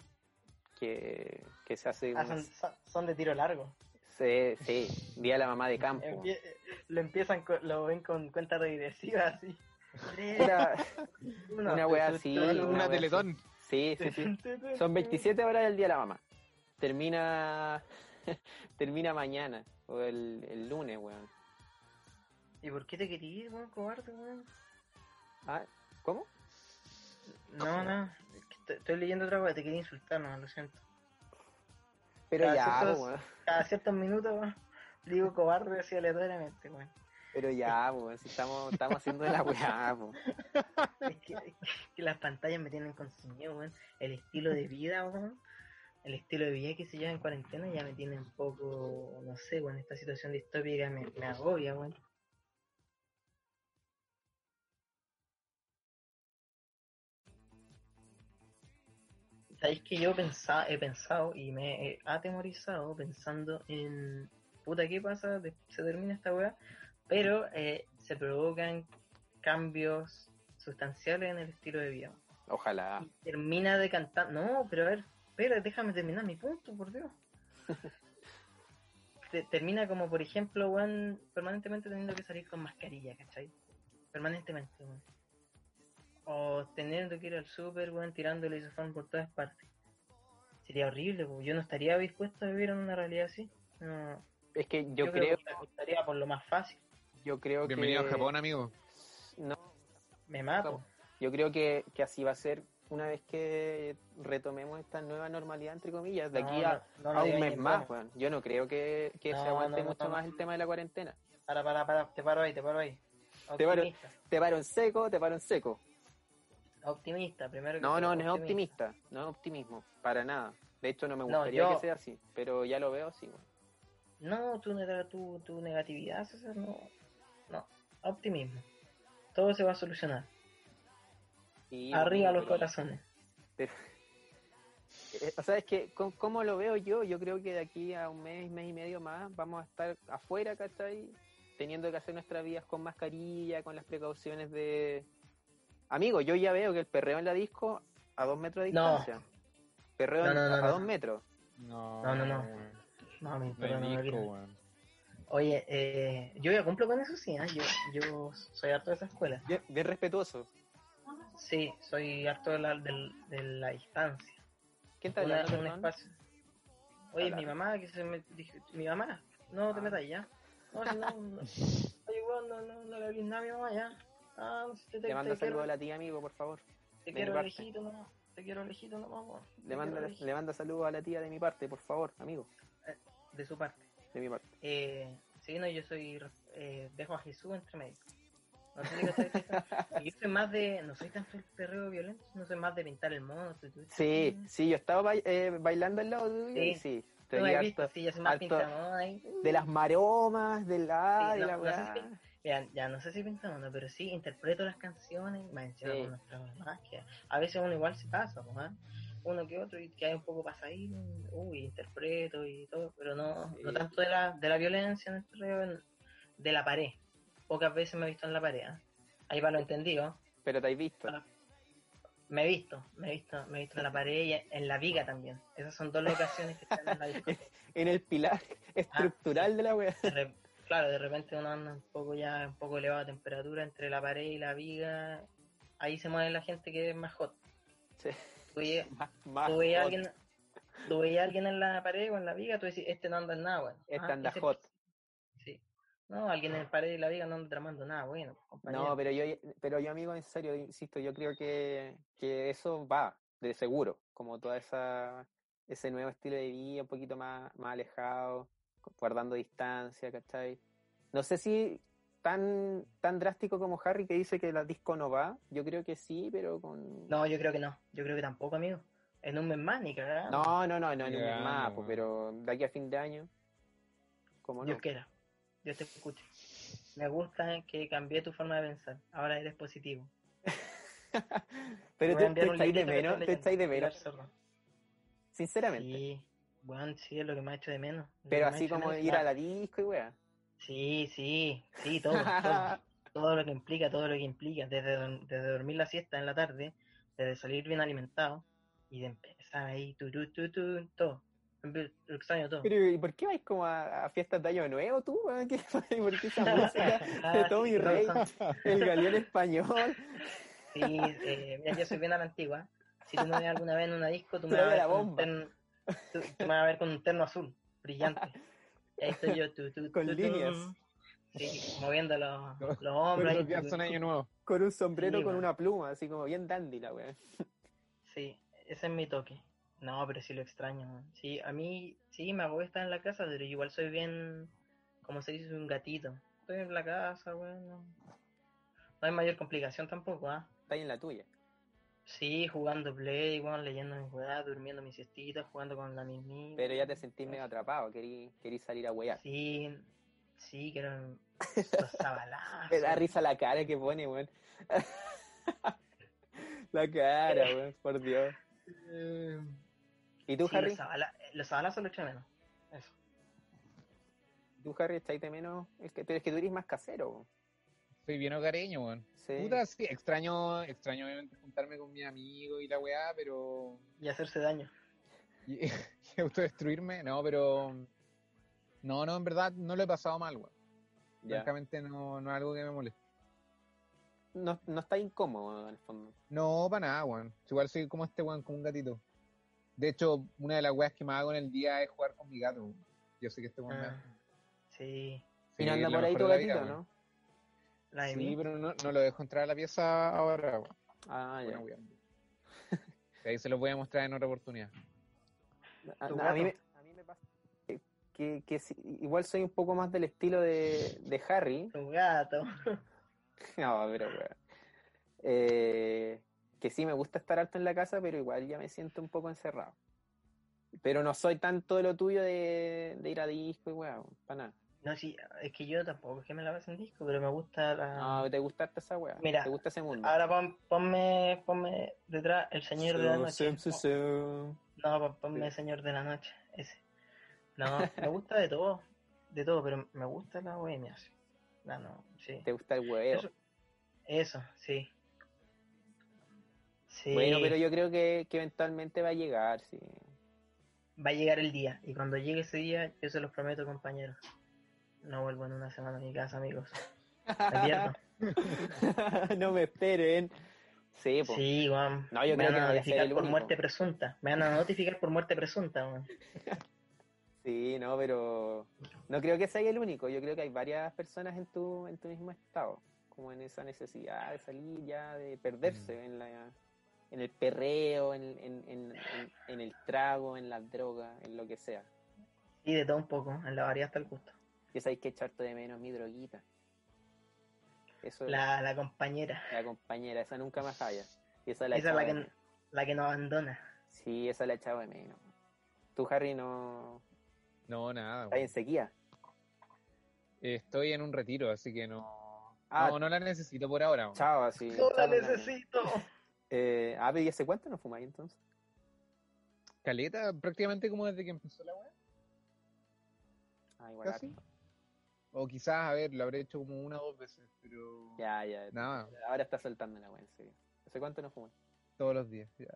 [SPEAKER 3] que, que se hace,
[SPEAKER 1] Ah,
[SPEAKER 3] una-
[SPEAKER 1] son, son- son de tiro largo.
[SPEAKER 3] se- sí, día de la mamá de campo.
[SPEAKER 1] Empie- Lo empiezan, con- lo ven con cuenta regresiva así. Tres,
[SPEAKER 3] Era-
[SPEAKER 1] uno.
[SPEAKER 3] una wea así,
[SPEAKER 1] Una
[SPEAKER 2] Una
[SPEAKER 3] wea
[SPEAKER 2] teletón.
[SPEAKER 3] así. Sí, sí, sí. Son 27 horas del día de la mamá. Termina, termina mañana, o el, el lunes, weón.
[SPEAKER 1] ¿Y por qué te querías ir, weón, cobarde, weón?
[SPEAKER 3] Ah, ¿Cómo?
[SPEAKER 1] No, no, es que estoy, estoy leyendo otra cosa, te quería insultar, no, lo siento.
[SPEAKER 3] Pero
[SPEAKER 1] Ah,
[SPEAKER 3] ya,
[SPEAKER 1] sí,
[SPEAKER 3] po,
[SPEAKER 1] sí.
[SPEAKER 3] weón.
[SPEAKER 1] Cada ciertos minutos weón, le digo cobarde así aleatoriamente, weón.
[SPEAKER 3] Pero ya, po, weón, si estamos, estamos haciendo la weá, po.
[SPEAKER 1] Es que, es que las pantallas me tienen consumido, weón. El estilo de vida, weón. el estilo de vida que se lleva en cuarentena ya me tiene un poco, no sé, bueno, esta situación distópica me, me agobia, bueno. Sabéis que yo pensa- he pensado y me he atemorizado pensando en, puta, ¿qué pasa? De- Se termina esta weá, pero eh, se provocan cambios sustanciales en el estilo de vida.
[SPEAKER 3] Ojalá.
[SPEAKER 1] Y termina de cantar. No, pero a ver, espera, déjame terminar mi punto, por Dios. Te- termina como, por ejemplo, weón, permanentemente teniendo que salir con mascarilla, ¿cachai? Permanentemente, weón. O teniendo que ir al súper, weón, tirándole isofón por todas partes. Sería horrible, weón. Yo no estaría dispuesto a vivir en una realidad así. No,
[SPEAKER 3] Es que yo,
[SPEAKER 1] yo
[SPEAKER 3] creo,
[SPEAKER 1] que me gustaría por lo más fácil.
[SPEAKER 3] yo creo que.
[SPEAKER 2] Bienvenido a Japón, amigo.
[SPEAKER 1] Me mato.
[SPEAKER 3] Yo creo que, que así va a ser una vez que retomemos esta nueva normalidad, entre comillas, de aquí
[SPEAKER 1] No,
[SPEAKER 3] a,
[SPEAKER 1] no, no
[SPEAKER 3] a
[SPEAKER 1] me
[SPEAKER 3] un
[SPEAKER 1] digáis
[SPEAKER 3] mes
[SPEAKER 1] eso.
[SPEAKER 3] más, weón. Yo no creo que, que
[SPEAKER 1] No,
[SPEAKER 3] se aguante
[SPEAKER 1] no, no,
[SPEAKER 3] mucho
[SPEAKER 1] no.
[SPEAKER 3] más el tema de la cuarentena.
[SPEAKER 1] Para, para, para, te paro ahí, te paro ahí.
[SPEAKER 3] Te paro.
[SPEAKER 1] Optimista.
[SPEAKER 3] Te paro en seco, te paro en seco.
[SPEAKER 1] Optimista, primero que
[SPEAKER 3] No,
[SPEAKER 1] todo,
[SPEAKER 3] no, no es optimista, no es optimismo, para nada. De hecho, no me
[SPEAKER 1] No,
[SPEAKER 3] gustaría
[SPEAKER 1] yo-
[SPEAKER 3] que sea así, pero ya lo veo así, weón.
[SPEAKER 1] No, tu, neg- tu, tu negatividad, César, no. No, optimismo. Todo se va a solucionar.
[SPEAKER 3] Y-
[SPEAKER 1] Arriba los
[SPEAKER 3] pero-
[SPEAKER 1] corazones.
[SPEAKER 3] Eh, O sea, es que, ¿cómo, cómo lo veo yo? Yo creo que de aquí a un mes, mes y medio más, vamos a estar afuera, ¿cachai? Teniendo que hacer nuestras vidas con mascarilla, con las precauciones de... Amigo, yo ya veo que el perreo en la disco a dos metros de
[SPEAKER 1] No.
[SPEAKER 3] distancia. Perreo
[SPEAKER 1] No,
[SPEAKER 3] en-
[SPEAKER 1] no, no,
[SPEAKER 3] a
[SPEAKER 1] no.
[SPEAKER 3] dos metros.
[SPEAKER 2] No,
[SPEAKER 1] No, no, no.
[SPEAKER 2] weón.
[SPEAKER 1] No, mi
[SPEAKER 2] No hay
[SPEAKER 1] perro no me
[SPEAKER 2] disco,
[SPEAKER 1] mira.
[SPEAKER 2] weón.
[SPEAKER 1] Oye, eh, yo ya cumplo con eso, sí. ah, Yo, yo soy harto de esa escuela.
[SPEAKER 3] Bien, bien respetuoso.
[SPEAKER 1] Sí, soy harto de la, del- de la distancia.
[SPEAKER 3] ¿Quién está
[SPEAKER 1] Una-
[SPEAKER 3] hablando,
[SPEAKER 1] un
[SPEAKER 3] perdón?
[SPEAKER 1] espacio. Oye,
[SPEAKER 3] Está
[SPEAKER 1] mi
[SPEAKER 3] largo.
[SPEAKER 1] mamá, que se me dijo, mi mamá, no te
[SPEAKER 3] Ah.
[SPEAKER 1] metas ya. No, si no, no, Oye, weón, no, no, no le hables nada a mi mamá ya. Ah, si te, te,
[SPEAKER 3] Le mando
[SPEAKER 1] te quiero-
[SPEAKER 3] saludos a la tía, amigo, por favor.
[SPEAKER 1] Te
[SPEAKER 3] de
[SPEAKER 1] quiero
[SPEAKER 3] mi parte.
[SPEAKER 1] lejito nomás, te quiero lejito nomás, weón. Te
[SPEAKER 3] Le
[SPEAKER 1] quiero
[SPEAKER 3] manda,
[SPEAKER 1] lejito.
[SPEAKER 3] le manda saludos a la tía de mi parte, por favor, amigo.
[SPEAKER 1] De su parte.
[SPEAKER 3] De mi parte.
[SPEAKER 1] Eh, sí, no, yo soy, eh, dejo a Jesús entre medio. No sé si lo sabes, Jesús. Yo soy más de, no soy tan fe- perreo violento, no soy más de pintar el mono. tú- tú-
[SPEAKER 3] Sí, sí, yo estaba ba- eh, bailando al lado tuyo y
[SPEAKER 1] Mm. Sí.
[SPEAKER 3] sí.
[SPEAKER 1] Tú me
[SPEAKER 3] tenía
[SPEAKER 1] has visto,
[SPEAKER 3] harto-
[SPEAKER 1] sí, yo soy más
[SPEAKER 3] harto-
[SPEAKER 1] pintamono ahí.
[SPEAKER 3] de las maromas, de la,
[SPEAKER 1] Sí,
[SPEAKER 3] de
[SPEAKER 1] no,
[SPEAKER 3] la
[SPEAKER 1] no
[SPEAKER 3] weá.
[SPEAKER 1] sé Ya, ya no sé si pintamono, pero sí, interpreto las canciones, más encima
[SPEAKER 3] Sí.
[SPEAKER 1] con nuestra magia. A veces uno igual se pasa, ¿no? ¿Ah? Uno que otro, y que hay un poco pasadito, uy, interpreto y todo, pero no,
[SPEAKER 3] Sí.
[SPEAKER 1] no tanto de la, de la violencia en el perreo, de la pared. Pocas veces me he visto en la pared, ¿ah? ahí va lo entendido.
[SPEAKER 3] Pero te has visto.
[SPEAKER 1] Ah. Me he visto, me he visto, me he visto en la pared y en la viga también. Esas son dos locaciones que están en la discoteca.
[SPEAKER 3] En el pilar
[SPEAKER 1] Ah.
[SPEAKER 3] estructural de la weá.
[SPEAKER 1] De re- claro, de repente uno anda un poco ya, un poco elevada temperatura entre la pared y la viga. Ahí se mueve la gente que es más hot.
[SPEAKER 3] Sí.
[SPEAKER 1] Tú veías
[SPEAKER 3] Más, más
[SPEAKER 1] tú veías a
[SPEAKER 3] hot.
[SPEAKER 1] alguien, tú veías a alguien en la pared o en la viga, tú decís, este no anda en nada, bueno.
[SPEAKER 3] Esta
[SPEAKER 1] Ah,
[SPEAKER 3] anda
[SPEAKER 1] ese-
[SPEAKER 3] hot.
[SPEAKER 1] Sí. No, alguien en la pared y la viga no anda tramando nada, bueno, compañero.
[SPEAKER 3] No, pero yo, pero yo, amigo, en serio, insisto, yo creo que, que eso va, de seguro. Como toda esa ese nuevo estilo de vida, un poquito más, más alejado, guardando distancia, ¿cachai? No sé si tan, tan drástico como Harry que dice que la disco no va. Yo creo que sí, pero con.
[SPEAKER 1] No, yo creo que no. Yo creo que tampoco, amigo. En un mes más, ni cagando.
[SPEAKER 3] No, no, no, no, ni un mes
[SPEAKER 2] Ya,
[SPEAKER 3] más,
[SPEAKER 2] no, weón.
[SPEAKER 3] pues, pero de aquí a fin de año, como no?
[SPEAKER 1] Dios quiera. Dios te escuche. Me gusta que cambié tu forma de pensar. Ahora eres positivo.
[SPEAKER 3] pero
[SPEAKER 1] Voy a
[SPEAKER 3] tú,
[SPEAKER 1] enviar
[SPEAKER 3] tú
[SPEAKER 1] un
[SPEAKER 3] estáis de
[SPEAKER 1] librito que
[SPEAKER 3] menos,
[SPEAKER 1] estoy
[SPEAKER 3] tú estáis de
[SPEAKER 1] leyendo.
[SPEAKER 3] menos, sinceramente.
[SPEAKER 1] Sí, bueno, sí, es lo que me ha hecho de menos. Lo
[SPEAKER 3] Pero
[SPEAKER 1] que me ha
[SPEAKER 3] así
[SPEAKER 1] hecho de
[SPEAKER 3] como
[SPEAKER 1] menos,
[SPEAKER 3] ir a
[SPEAKER 1] claro.
[SPEAKER 3] la disco y weá.
[SPEAKER 1] Sí, sí, sí, todo, todo. Todo lo que implica, todo lo que implica. Desde, dor- desde dormir la siesta en la tarde, desde salir bien alimentado y de empezar ahí, tu, tu, tu, tu, todo. Empe- Lo extraño todo.
[SPEAKER 3] Pero ¿y por qué vais como a, a fiestas de año nuevo tú? weón? ¿Qué- ¿Por qué esa música de
[SPEAKER 1] Ah,
[SPEAKER 3] Tommy
[SPEAKER 1] sí, no,
[SPEAKER 3] Rey,
[SPEAKER 1] son-
[SPEAKER 3] el galeón español?
[SPEAKER 1] Sí, eh, mira, yo soy bien a la antigua. Si tú me ves alguna vez en una disco, tú me,
[SPEAKER 3] Trae
[SPEAKER 1] vas a ver
[SPEAKER 3] la
[SPEAKER 1] con un
[SPEAKER 3] bomba.
[SPEAKER 1] terno- tú- tú me vas a ver con un terno azul, brillante. Y ahí estoy yo, tú, tú,
[SPEAKER 3] Con
[SPEAKER 1] tú, tú.
[SPEAKER 3] líneas.
[SPEAKER 1] Sí, moviendo los, los
[SPEAKER 2] Con
[SPEAKER 1] hombros.
[SPEAKER 2] lo
[SPEAKER 1] ahí,
[SPEAKER 2] que
[SPEAKER 1] tú,
[SPEAKER 2] hacen
[SPEAKER 1] tú.
[SPEAKER 2] año nuevo.
[SPEAKER 3] Con un sombrero
[SPEAKER 1] Sí,
[SPEAKER 3] con
[SPEAKER 1] weón.
[SPEAKER 3] una pluma, así como bien dandy la weá.
[SPEAKER 1] Sí, ese es mi toque. No, pero sí lo extraño. man. Sí, a mí sí me agobia estar en la casa, pero igual soy bien, como se dice, soy un gatito. Estoy en la casa, bueno. No hay mayor complicación tampoco, ¿ah?
[SPEAKER 3] Está ahí en la tuya.
[SPEAKER 1] Sí, jugando play, weón, leyendo mis weá, durmiendo mis cestitas, jugando con la mimi.
[SPEAKER 3] Pero ya te sentís medio atrapado, querís querí salir a huear.
[SPEAKER 1] Sí, sí, que eran los sabalazos.
[SPEAKER 3] Me da risa la cara que pone, weón. la cara, weón, por Dios.
[SPEAKER 1] Eh,
[SPEAKER 3] ¿Y tú,
[SPEAKER 1] sí,
[SPEAKER 3] Harry?
[SPEAKER 1] Los, sabala- los sabalazos los eché de menos. Eso.
[SPEAKER 3] ¿Tú, Harry, estáis de menos? Es que, pero es que tú eres más casero, weón.
[SPEAKER 2] Soy bien hogareño, weón.
[SPEAKER 3] Sí.
[SPEAKER 2] Puta, sí, extraño, extraño obviamente juntarme con mi amigo y la weá, pero.
[SPEAKER 1] Y hacerse daño.
[SPEAKER 2] Y, y autodestruirme, no, pero. No, no, en verdad no lo he pasado mal, weón.
[SPEAKER 3] Ya.
[SPEAKER 2] Francamente no, no es algo que me moleste.
[SPEAKER 3] No, no está incómodo, en el fondo.
[SPEAKER 2] No, para nada, weón. Igual soy como este weón, como un gatito. De hecho, una de las weas que más hago en el día es jugar con mi gato. weón. Yo sé que
[SPEAKER 3] Oh,
[SPEAKER 2] este weón me-
[SPEAKER 1] Ah, sí.
[SPEAKER 3] y no
[SPEAKER 2] Sí,
[SPEAKER 3] anda
[SPEAKER 2] la
[SPEAKER 3] por ahí
[SPEAKER 2] mejor
[SPEAKER 3] tu
[SPEAKER 2] de la vida,
[SPEAKER 3] gatito,
[SPEAKER 2] weón.
[SPEAKER 3] ¿no?
[SPEAKER 1] La de
[SPEAKER 2] Sí,
[SPEAKER 1] mí.
[SPEAKER 2] pero no, no lo dejo entrar a la pieza ahora, weón.
[SPEAKER 3] Ah, ya.
[SPEAKER 2] Bueno, weón. Ahí se los voy a mostrar en otra oportunidad.
[SPEAKER 3] A,
[SPEAKER 1] Tu
[SPEAKER 3] a- a mí, me,
[SPEAKER 1] gato.
[SPEAKER 3] a mí me pasa que, que, que sí, igual soy un poco más del estilo de, de Harry.
[SPEAKER 1] Tu gato.
[SPEAKER 3] No, pero weón. Eh, que sí, me gusta estar alto en la casa, pero igual ya me siento un poco encerrado. Pero no soy tanto de lo tuyo de, de ir a disco y weón, para nada.
[SPEAKER 1] No, sí, es que yo tampoco es que me la pase en disco, pero me gusta la.
[SPEAKER 3] No, te gusta harta esa weá.
[SPEAKER 1] Ah. Mira,
[SPEAKER 3] te gusta ese mundo.
[SPEAKER 1] Ahora pon- ponme, ponme detrás el señor de la
[SPEAKER 3] So,
[SPEAKER 1] noche.
[SPEAKER 3] so, so, so.
[SPEAKER 1] No, pon- ponme el señor de la noche. Ese. No, me gusta de todo. De todo, pero me gusta la bohemia. sí. No, no, sí.
[SPEAKER 3] Te gusta el hueveo.
[SPEAKER 1] Eso- Eso, sí. Sí.
[SPEAKER 3] Bueno, pero yo creo que, que eventualmente va a llegar, sí.
[SPEAKER 1] Va a llegar el día. Y cuando llegue ese día, yo se los prometo, compañeros. No vuelvo en una semana a mi casa, amigos. Me pierdo.
[SPEAKER 3] no me esperen. Sí, po.
[SPEAKER 1] Sí, weón.
[SPEAKER 3] No, yo
[SPEAKER 1] me van
[SPEAKER 3] creo que
[SPEAKER 1] a
[SPEAKER 3] no voy a ser
[SPEAKER 1] notificar
[SPEAKER 3] el
[SPEAKER 1] por
[SPEAKER 3] único.
[SPEAKER 1] muerte presunta. Me van a notificar por muerte presunta, weón.
[SPEAKER 3] Sí, no, pero no creo que sea el único. Yo creo que hay varias personas en tu, en tu mismo estado, como en esa necesidad de salir ya, de perderse
[SPEAKER 1] Mm.
[SPEAKER 3] en la en el perreo, en, en, en, en- en el trago, en las drogas, en lo que sea.
[SPEAKER 1] Y de todo un poco, en la variedad hasta el gusto.
[SPEAKER 3] Yo sabéis que echarte de menos mi droguita. Eso
[SPEAKER 1] La, la compañera,
[SPEAKER 3] la compañera, esa nunca más falla. Y esa la
[SPEAKER 1] Esa es la
[SPEAKER 3] echaba de
[SPEAKER 1] que-
[SPEAKER 3] menos.
[SPEAKER 1] la que no abandona.
[SPEAKER 3] Sí, esa la echaba de menos. Tú, Harry, no...
[SPEAKER 2] No, nada,
[SPEAKER 3] Estás
[SPEAKER 2] weón.
[SPEAKER 3] en sequía.
[SPEAKER 2] Estoy en un retiro, así que no.
[SPEAKER 3] Ah.
[SPEAKER 2] no, no la necesito por ahora, weón.
[SPEAKER 3] Chao, así.
[SPEAKER 1] ¡No
[SPEAKER 3] chao,
[SPEAKER 1] la
[SPEAKER 3] nana.
[SPEAKER 1] necesito!
[SPEAKER 3] Eh, ah, pero ¿y hace cuánto no fumáis entonces?
[SPEAKER 2] Caleta, prácticamente como desde que empezó la wea,
[SPEAKER 3] Ah, igual.
[SPEAKER 2] casi.
[SPEAKER 3] harto.
[SPEAKER 2] O quizás, a ver, lo habré hecho como una o dos veces, pero.
[SPEAKER 3] Ya, ya.
[SPEAKER 2] Nada,
[SPEAKER 3] Ahora está soltando la weá, en serio. ¿Hace cuánto no fumé?
[SPEAKER 2] todos los días. ya.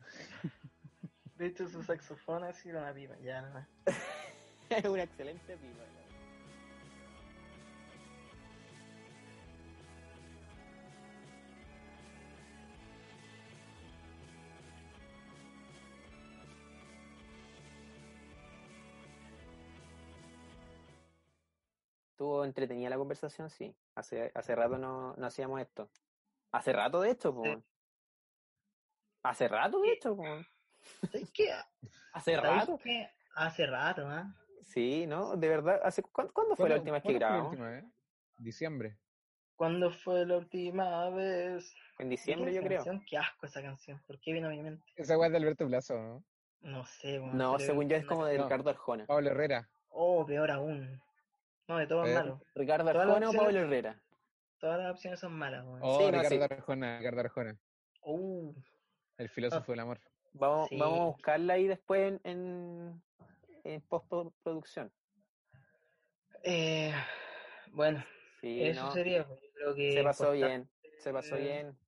[SPEAKER 1] De hecho, su saxofón ha sido una pipa. Ya, no, no.
[SPEAKER 3] Es una excelente pipa. la weá. Estuvo entretenida la conversación, sí. Hace, hace rato no, no hacíamos esto. Hace rato, de hecho, po. Hace rato, de hecho, po.
[SPEAKER 1] ¿Sabes qué?
[SPEAKER 3] Hace
[SPEAKER 1] ¿Sabes
[SPEAKER 3] rato.
[SPEAKER 1] qué? Hace rato, ¿ah?
[SPEAKER 3] Sí, ¿no? De verdad, ¿hace cu- ¿cuándo, cuándo fue la
[SPEAKER 2] ¿Cuándo-
[SPEAKER 3] última vez
[SPEAKER 2] cuándo
[SPEAKER 3] que
[SPEAKER 2] fue la
[SPEAKER 3] grabamos?
[SPEAKER 2] última vez? Diciembre.
[SPEAKER 1] ¿Cuándo fue la última vez?
[SPEAKER 3] En diciembre, yo
[SPEAKER 1] Esa
[SPEAKER 3] creo.
[SPEAKER 1] canción, Qué asco esa canción. ¿Por qué vino a mi mente?
[SPEAKER 2] Esa wea es de Alberto Plazo, ¿no?
[SPEAKER 1] No sé, weón.
[SPEAKER 3] No,
[SPEAKER 1] pero-
[SPEAKER 3] según yo es como de
[SPEAKER 2] No.
[SPEAKER 3] Ricardo Arjona.
[SPEAKER 2] Pablo Herrera.
[SPEAKER 1] Oh, peor aún. No, de todo es
[SPEAKER 2] Eh.
[SPEAKER 1] malo.
[SPEAKER 3] Ricardo
[SPEAKER 1] Todas las
[SPEAKER 3] Arjona o Pablo
[SPEAKER 1] opciones-
[SPEAKER 3] Herrera.
[SPEAKER 1] Todas las opciones son malas, weón.
[SPEAKER 2] Oh,
[SPEAKER 3] Sí, no,
[SPEAKER 2] Ricardo
[SPEAKER 3] sí.
[SPEAKER 2] Arjona, Ricardo Arjona.
[SPEAKER 1] Uh,
[SPEAKER 2] El filósofo del amor.
[SPEAKER 3] Vamos,
[SPEAKER 1] Sí.
[SPEAKER 3] vamos a buscarla ahí después en, en, en postproducción.
[SPEAKER 1] eh, bueno,
[SPEAKER 3] Sí,
[SPEAKER 1] eso
[SPEAKER 3] no,
[SPEAKER 1] sería. pues, Yo creo que
[SPEAKER 3] se pasó
[SPEAKER 1] importante.
[SPEAKER 3] bien, se pasó
[SPEAKER 1] Eh,
[SPEAKER 3] bien.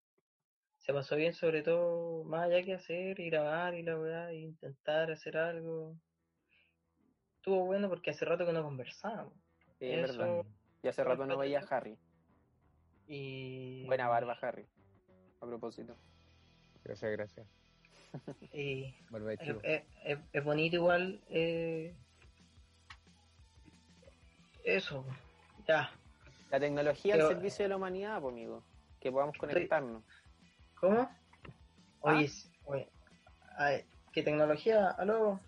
[SPEAKER 1] se pasó bien, sobre todo, más allá que hacer y grabar y la verdad, intentar hacer algo. Estuvo bueno porque hace rato que no conversábamos.
[SPEAKER 3] Sí, es
[SPEAKER 1] eso-
[SPEAKER 3] verdad. Y hace rato no
[SPEAKER 1] respeto.
[SPEAKER 3] veía a Harry.
[SPEAKER 1] Y.
[SPEAKER 3] Buena barba, Harry. A propósito.
[SPEAKER 2] Gracias, gracias.
[SPEAKER 1] y
[SPEAKER 2] Vuelve de
[SPEAKER 1] es,
[SPEAKER 2] chivo.
[SPEAKER 1] es- es- es bonito igual. eh, Eso, ya.
[SPEAKER 3] La tecnología
[SPEAKER 1] Pero-
[SPEAKER 3] al servicio de la humanidad, pues, amigo. Que podamos conectarnos.
[SPEAKER 1] ¿Cómo?
[SPEAKER 3] ¿Ah?
[SPEAKER 1] Oye, s- oye, ay, ¿qué tecnología? ¿Aló?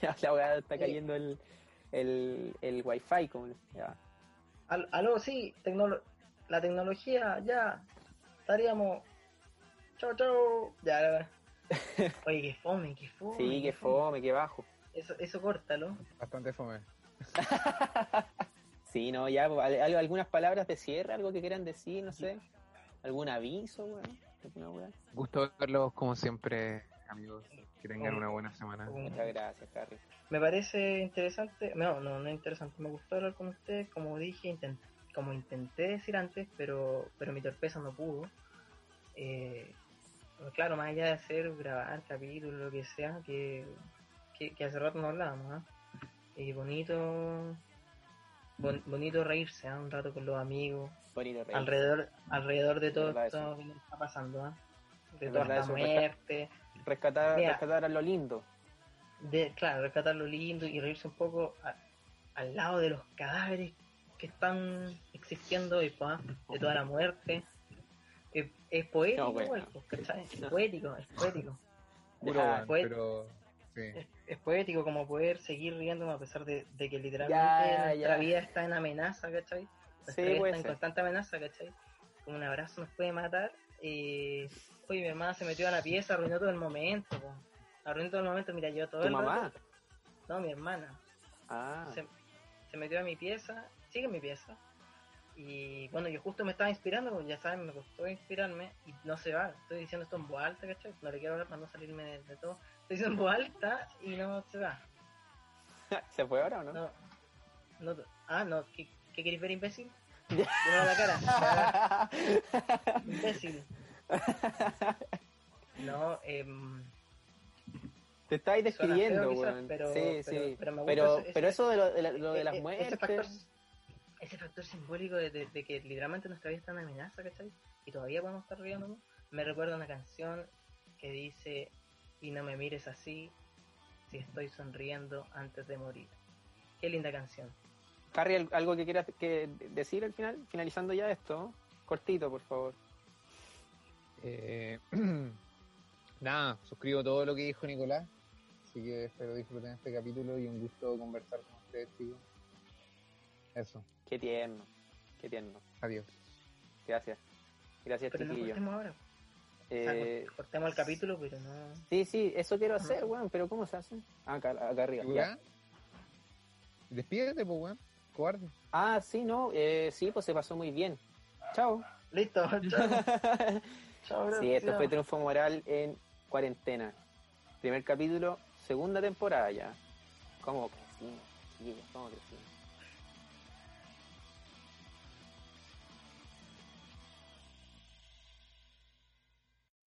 [SPEAKER 3] Ya la weá está
[SPEAKER 1] Sí.
[SPEAKER 3] cayendo el, el, el wifi. Como, ya.
[SPEAKER 1] Al- ¿Aló? Sí, tecnolo- la tecnología, ya. estaríamos. Chau, chau. Ya, la verdad. Oye, que fome, que fome.
[SPEAKER 3] Sí, qué fome, qué bajo.
[SPEAKER 1] Eso, eso córtalo.
[SPEAKER 2] Bastante fome.
[SPEAKER 3] Sí, no, ya, pues, al- al- algunas palabras de cierre, algo que quieran decir, no sé. ¿Algún aviso, weón? ¿Alguna weá?
[SPEAKER 2] Gusto verlos como siempre, amigos. Que tengan
[SPEAKER 1] Oh.
[SPEAKER 2] una buena semana.
[SPEAKER 3] Muchas gracias, Carrie.
[SPEAKER 1] Me parece interesante, no, no, no es interesante, me gustó hablar con ustedes, como dije, intent- como intenté decir antes, pero, pero mi torpeza no pudo. Eh, claro, más allá de hacer, grabar capítulos, lo que sea, que, que, que hace rato no hablábamos, ¿ah? Eh, bonito, bon- bonito reírse, ¿ah? un rato con los amigos,
[SPEAKER 3] Bonito rey.
[SPEAKER 1] alrededor, alrededor de
[SPEAKER 3] Es
[SPEAKER 1] todo
[SPEAKER 3] verdad
[SPEAKER 1] esto
[SPEAKER 3] eso.
[SPEAKER 1] que nos está pasando, ¿ah? de
[SPEAKER 3] Es
[SPEAKER 1] toda
[SPEAKER 3] verdad
[SPEAKER 1] esta
[SPEAKER 3] eso, resca-
[SPEAKER 1] muerte,
[SPEAKER 3] Rescatar,
[SPEAKER 1] Mira.
[SPEAKER 3] rescatar a lo lindo.
[SPEAKER 1] de, claro, rescatar lo lindo y reírse un poco a- al lado de los cadáveres que están existiendo hoy, po, ¿ah? de toda la muerte. Es, es poético,
[SPEAKER 3] No, bueno.
[SPEAKER 1] igual, po, ¿cachai? Es
[SPEAKER 3] No.
[SPEAKER 1] poético, es poético.
[SPEAKER 2] Puro
[SPEAKER 3] Ya,
[SPEAKER 2] weón,
[SPEAKER 1] pues.
[SPEAKER 2] pero. Sí.
[SPEAKER 1] Es, es poético como poder seguir riéndonos a pesar de, de que literalmente
[SPEAKER 3] Ya,
[SPEAKER 1] nuestra
[SPEAKER 3] ya.
[SPEAKER 1] vida está en amenaza, ¿cachai? Nuestra
[SPEAKER 3] Sí,
[SPEAKER 1] vida
[SPEAKER 3] puede
[SPEAKER 1] está en
[SPEAKER 3] ser.
[SPEAKER 1] constante amenaza, ¿cachai? Con un abrazo nos puede matar. Eh, uy, mi hermana se metió a la pieza, arruinó todo el momento, po. Arruinó todo el momento, mira, yo todo
[SPEAKER 3] ¿Tu
[SPEAKER 1] el rato-
[SPEAKER 3] mamá?
[SPEAKER 1] No, mi hermana.
[SPEAKER 3] Ah,
[SPEAKER 1] se, se metió a mi pieza, sigue en mi pieza. Y bueno, yo justo me estaba inspirando, porque ya saben, me costó inspirarme y no se va. Estoy diciendo esto en voz alta, ¿cachai? No le quiero hablar para no salirme de, de todo. Estoy diciendo en voz alta y no se va.
[SPEAKER 3] ¿se fue ahora o no?
[SPEAKER 1] No, no, ah, no, ¿qué, qué queréis ver, imbécil? Yo no veo la cara, imbécil. No, em,
[SPEAKER 3] Te estáis
[SPEAKER 1] Suena
[SPEAKER 3] despidiendo,
[SPEAKER 1] feo quizás,
[SPEAKER 3] weón.
[SPEAKER 1] pero-
[SPEAKER 3] sí,
[SPEAKER 1] pero-
[SPEAKER 3] sí.
[SPEAKER 1] pero me gusta
[SPEAKER 3] Pero,
[SPEAKER 1] ese-
[SPEAKER 3] pero eso de lo de, la- lo de
[SPEAKER 1] eh,
[SPEAKER 3] las
[SPEAKER 1] eh,
[SPEAKER 3] muertes.
[SPEAKER 1] Ese factor, ese factor simbólico de, de- de que literalmente nuestra vida está en amenaza, ¿cachai? Y todavía podemos estar riéndonos. Me recuerda una canción que dice, y no me mires así, si estoy sonriendo antes de morir. Qué linda canción.
[SPEAKER 3] Carrie, ¿al- algo que quieras que decir al final, finalizando ya esto. Cortito, por favor.
[SPEAKER 2] Eh, nada, suscribo todo lo que dijo Nicolás. Así que espero disfruten este capítulo y un gusto conversar con ustedes, chicos. Eso,
[SPEAKER 3] Qué tierno. Qué tierno.
[SPEAKER 2] adiós.
[SPEAKER 3] Gracias. Gracias,
[SPEAKER 1] Pero no
[SPEAKER 3] chiquillo.
[SPEAKER 1] cortemos ahora. O sea,
[SPEAKER 3] Eh,
[SPEAKER 1] cort- cortemos el capítulo, pero no...
[SPEAKER 3] sí, sí, eso quiero hacer,
[SPEAKER 1] Ajá.
[SPEAKER 3] weón, pero ¿cómo se hace? Ah, Acá, acá arriba. ya.
[SPEAKER 2] ¿Ya? Despídete, pues, weón. Cobarde.
[SPEAKER 3] Ah, sí, no, eh, sí, pues se pasó muy bien. Chao.
[SPEAKER 1] Listo, chao, chao,
[SPEAKER 3] sí, esto
[SPEAKER 1] gracias.
[SPEAKER 3] fue Triunfo Moral en cuarentena. Primer capítulo, segunda temporada ya. ¿Cómo crecimos? Sí, ¿cómo crecimos?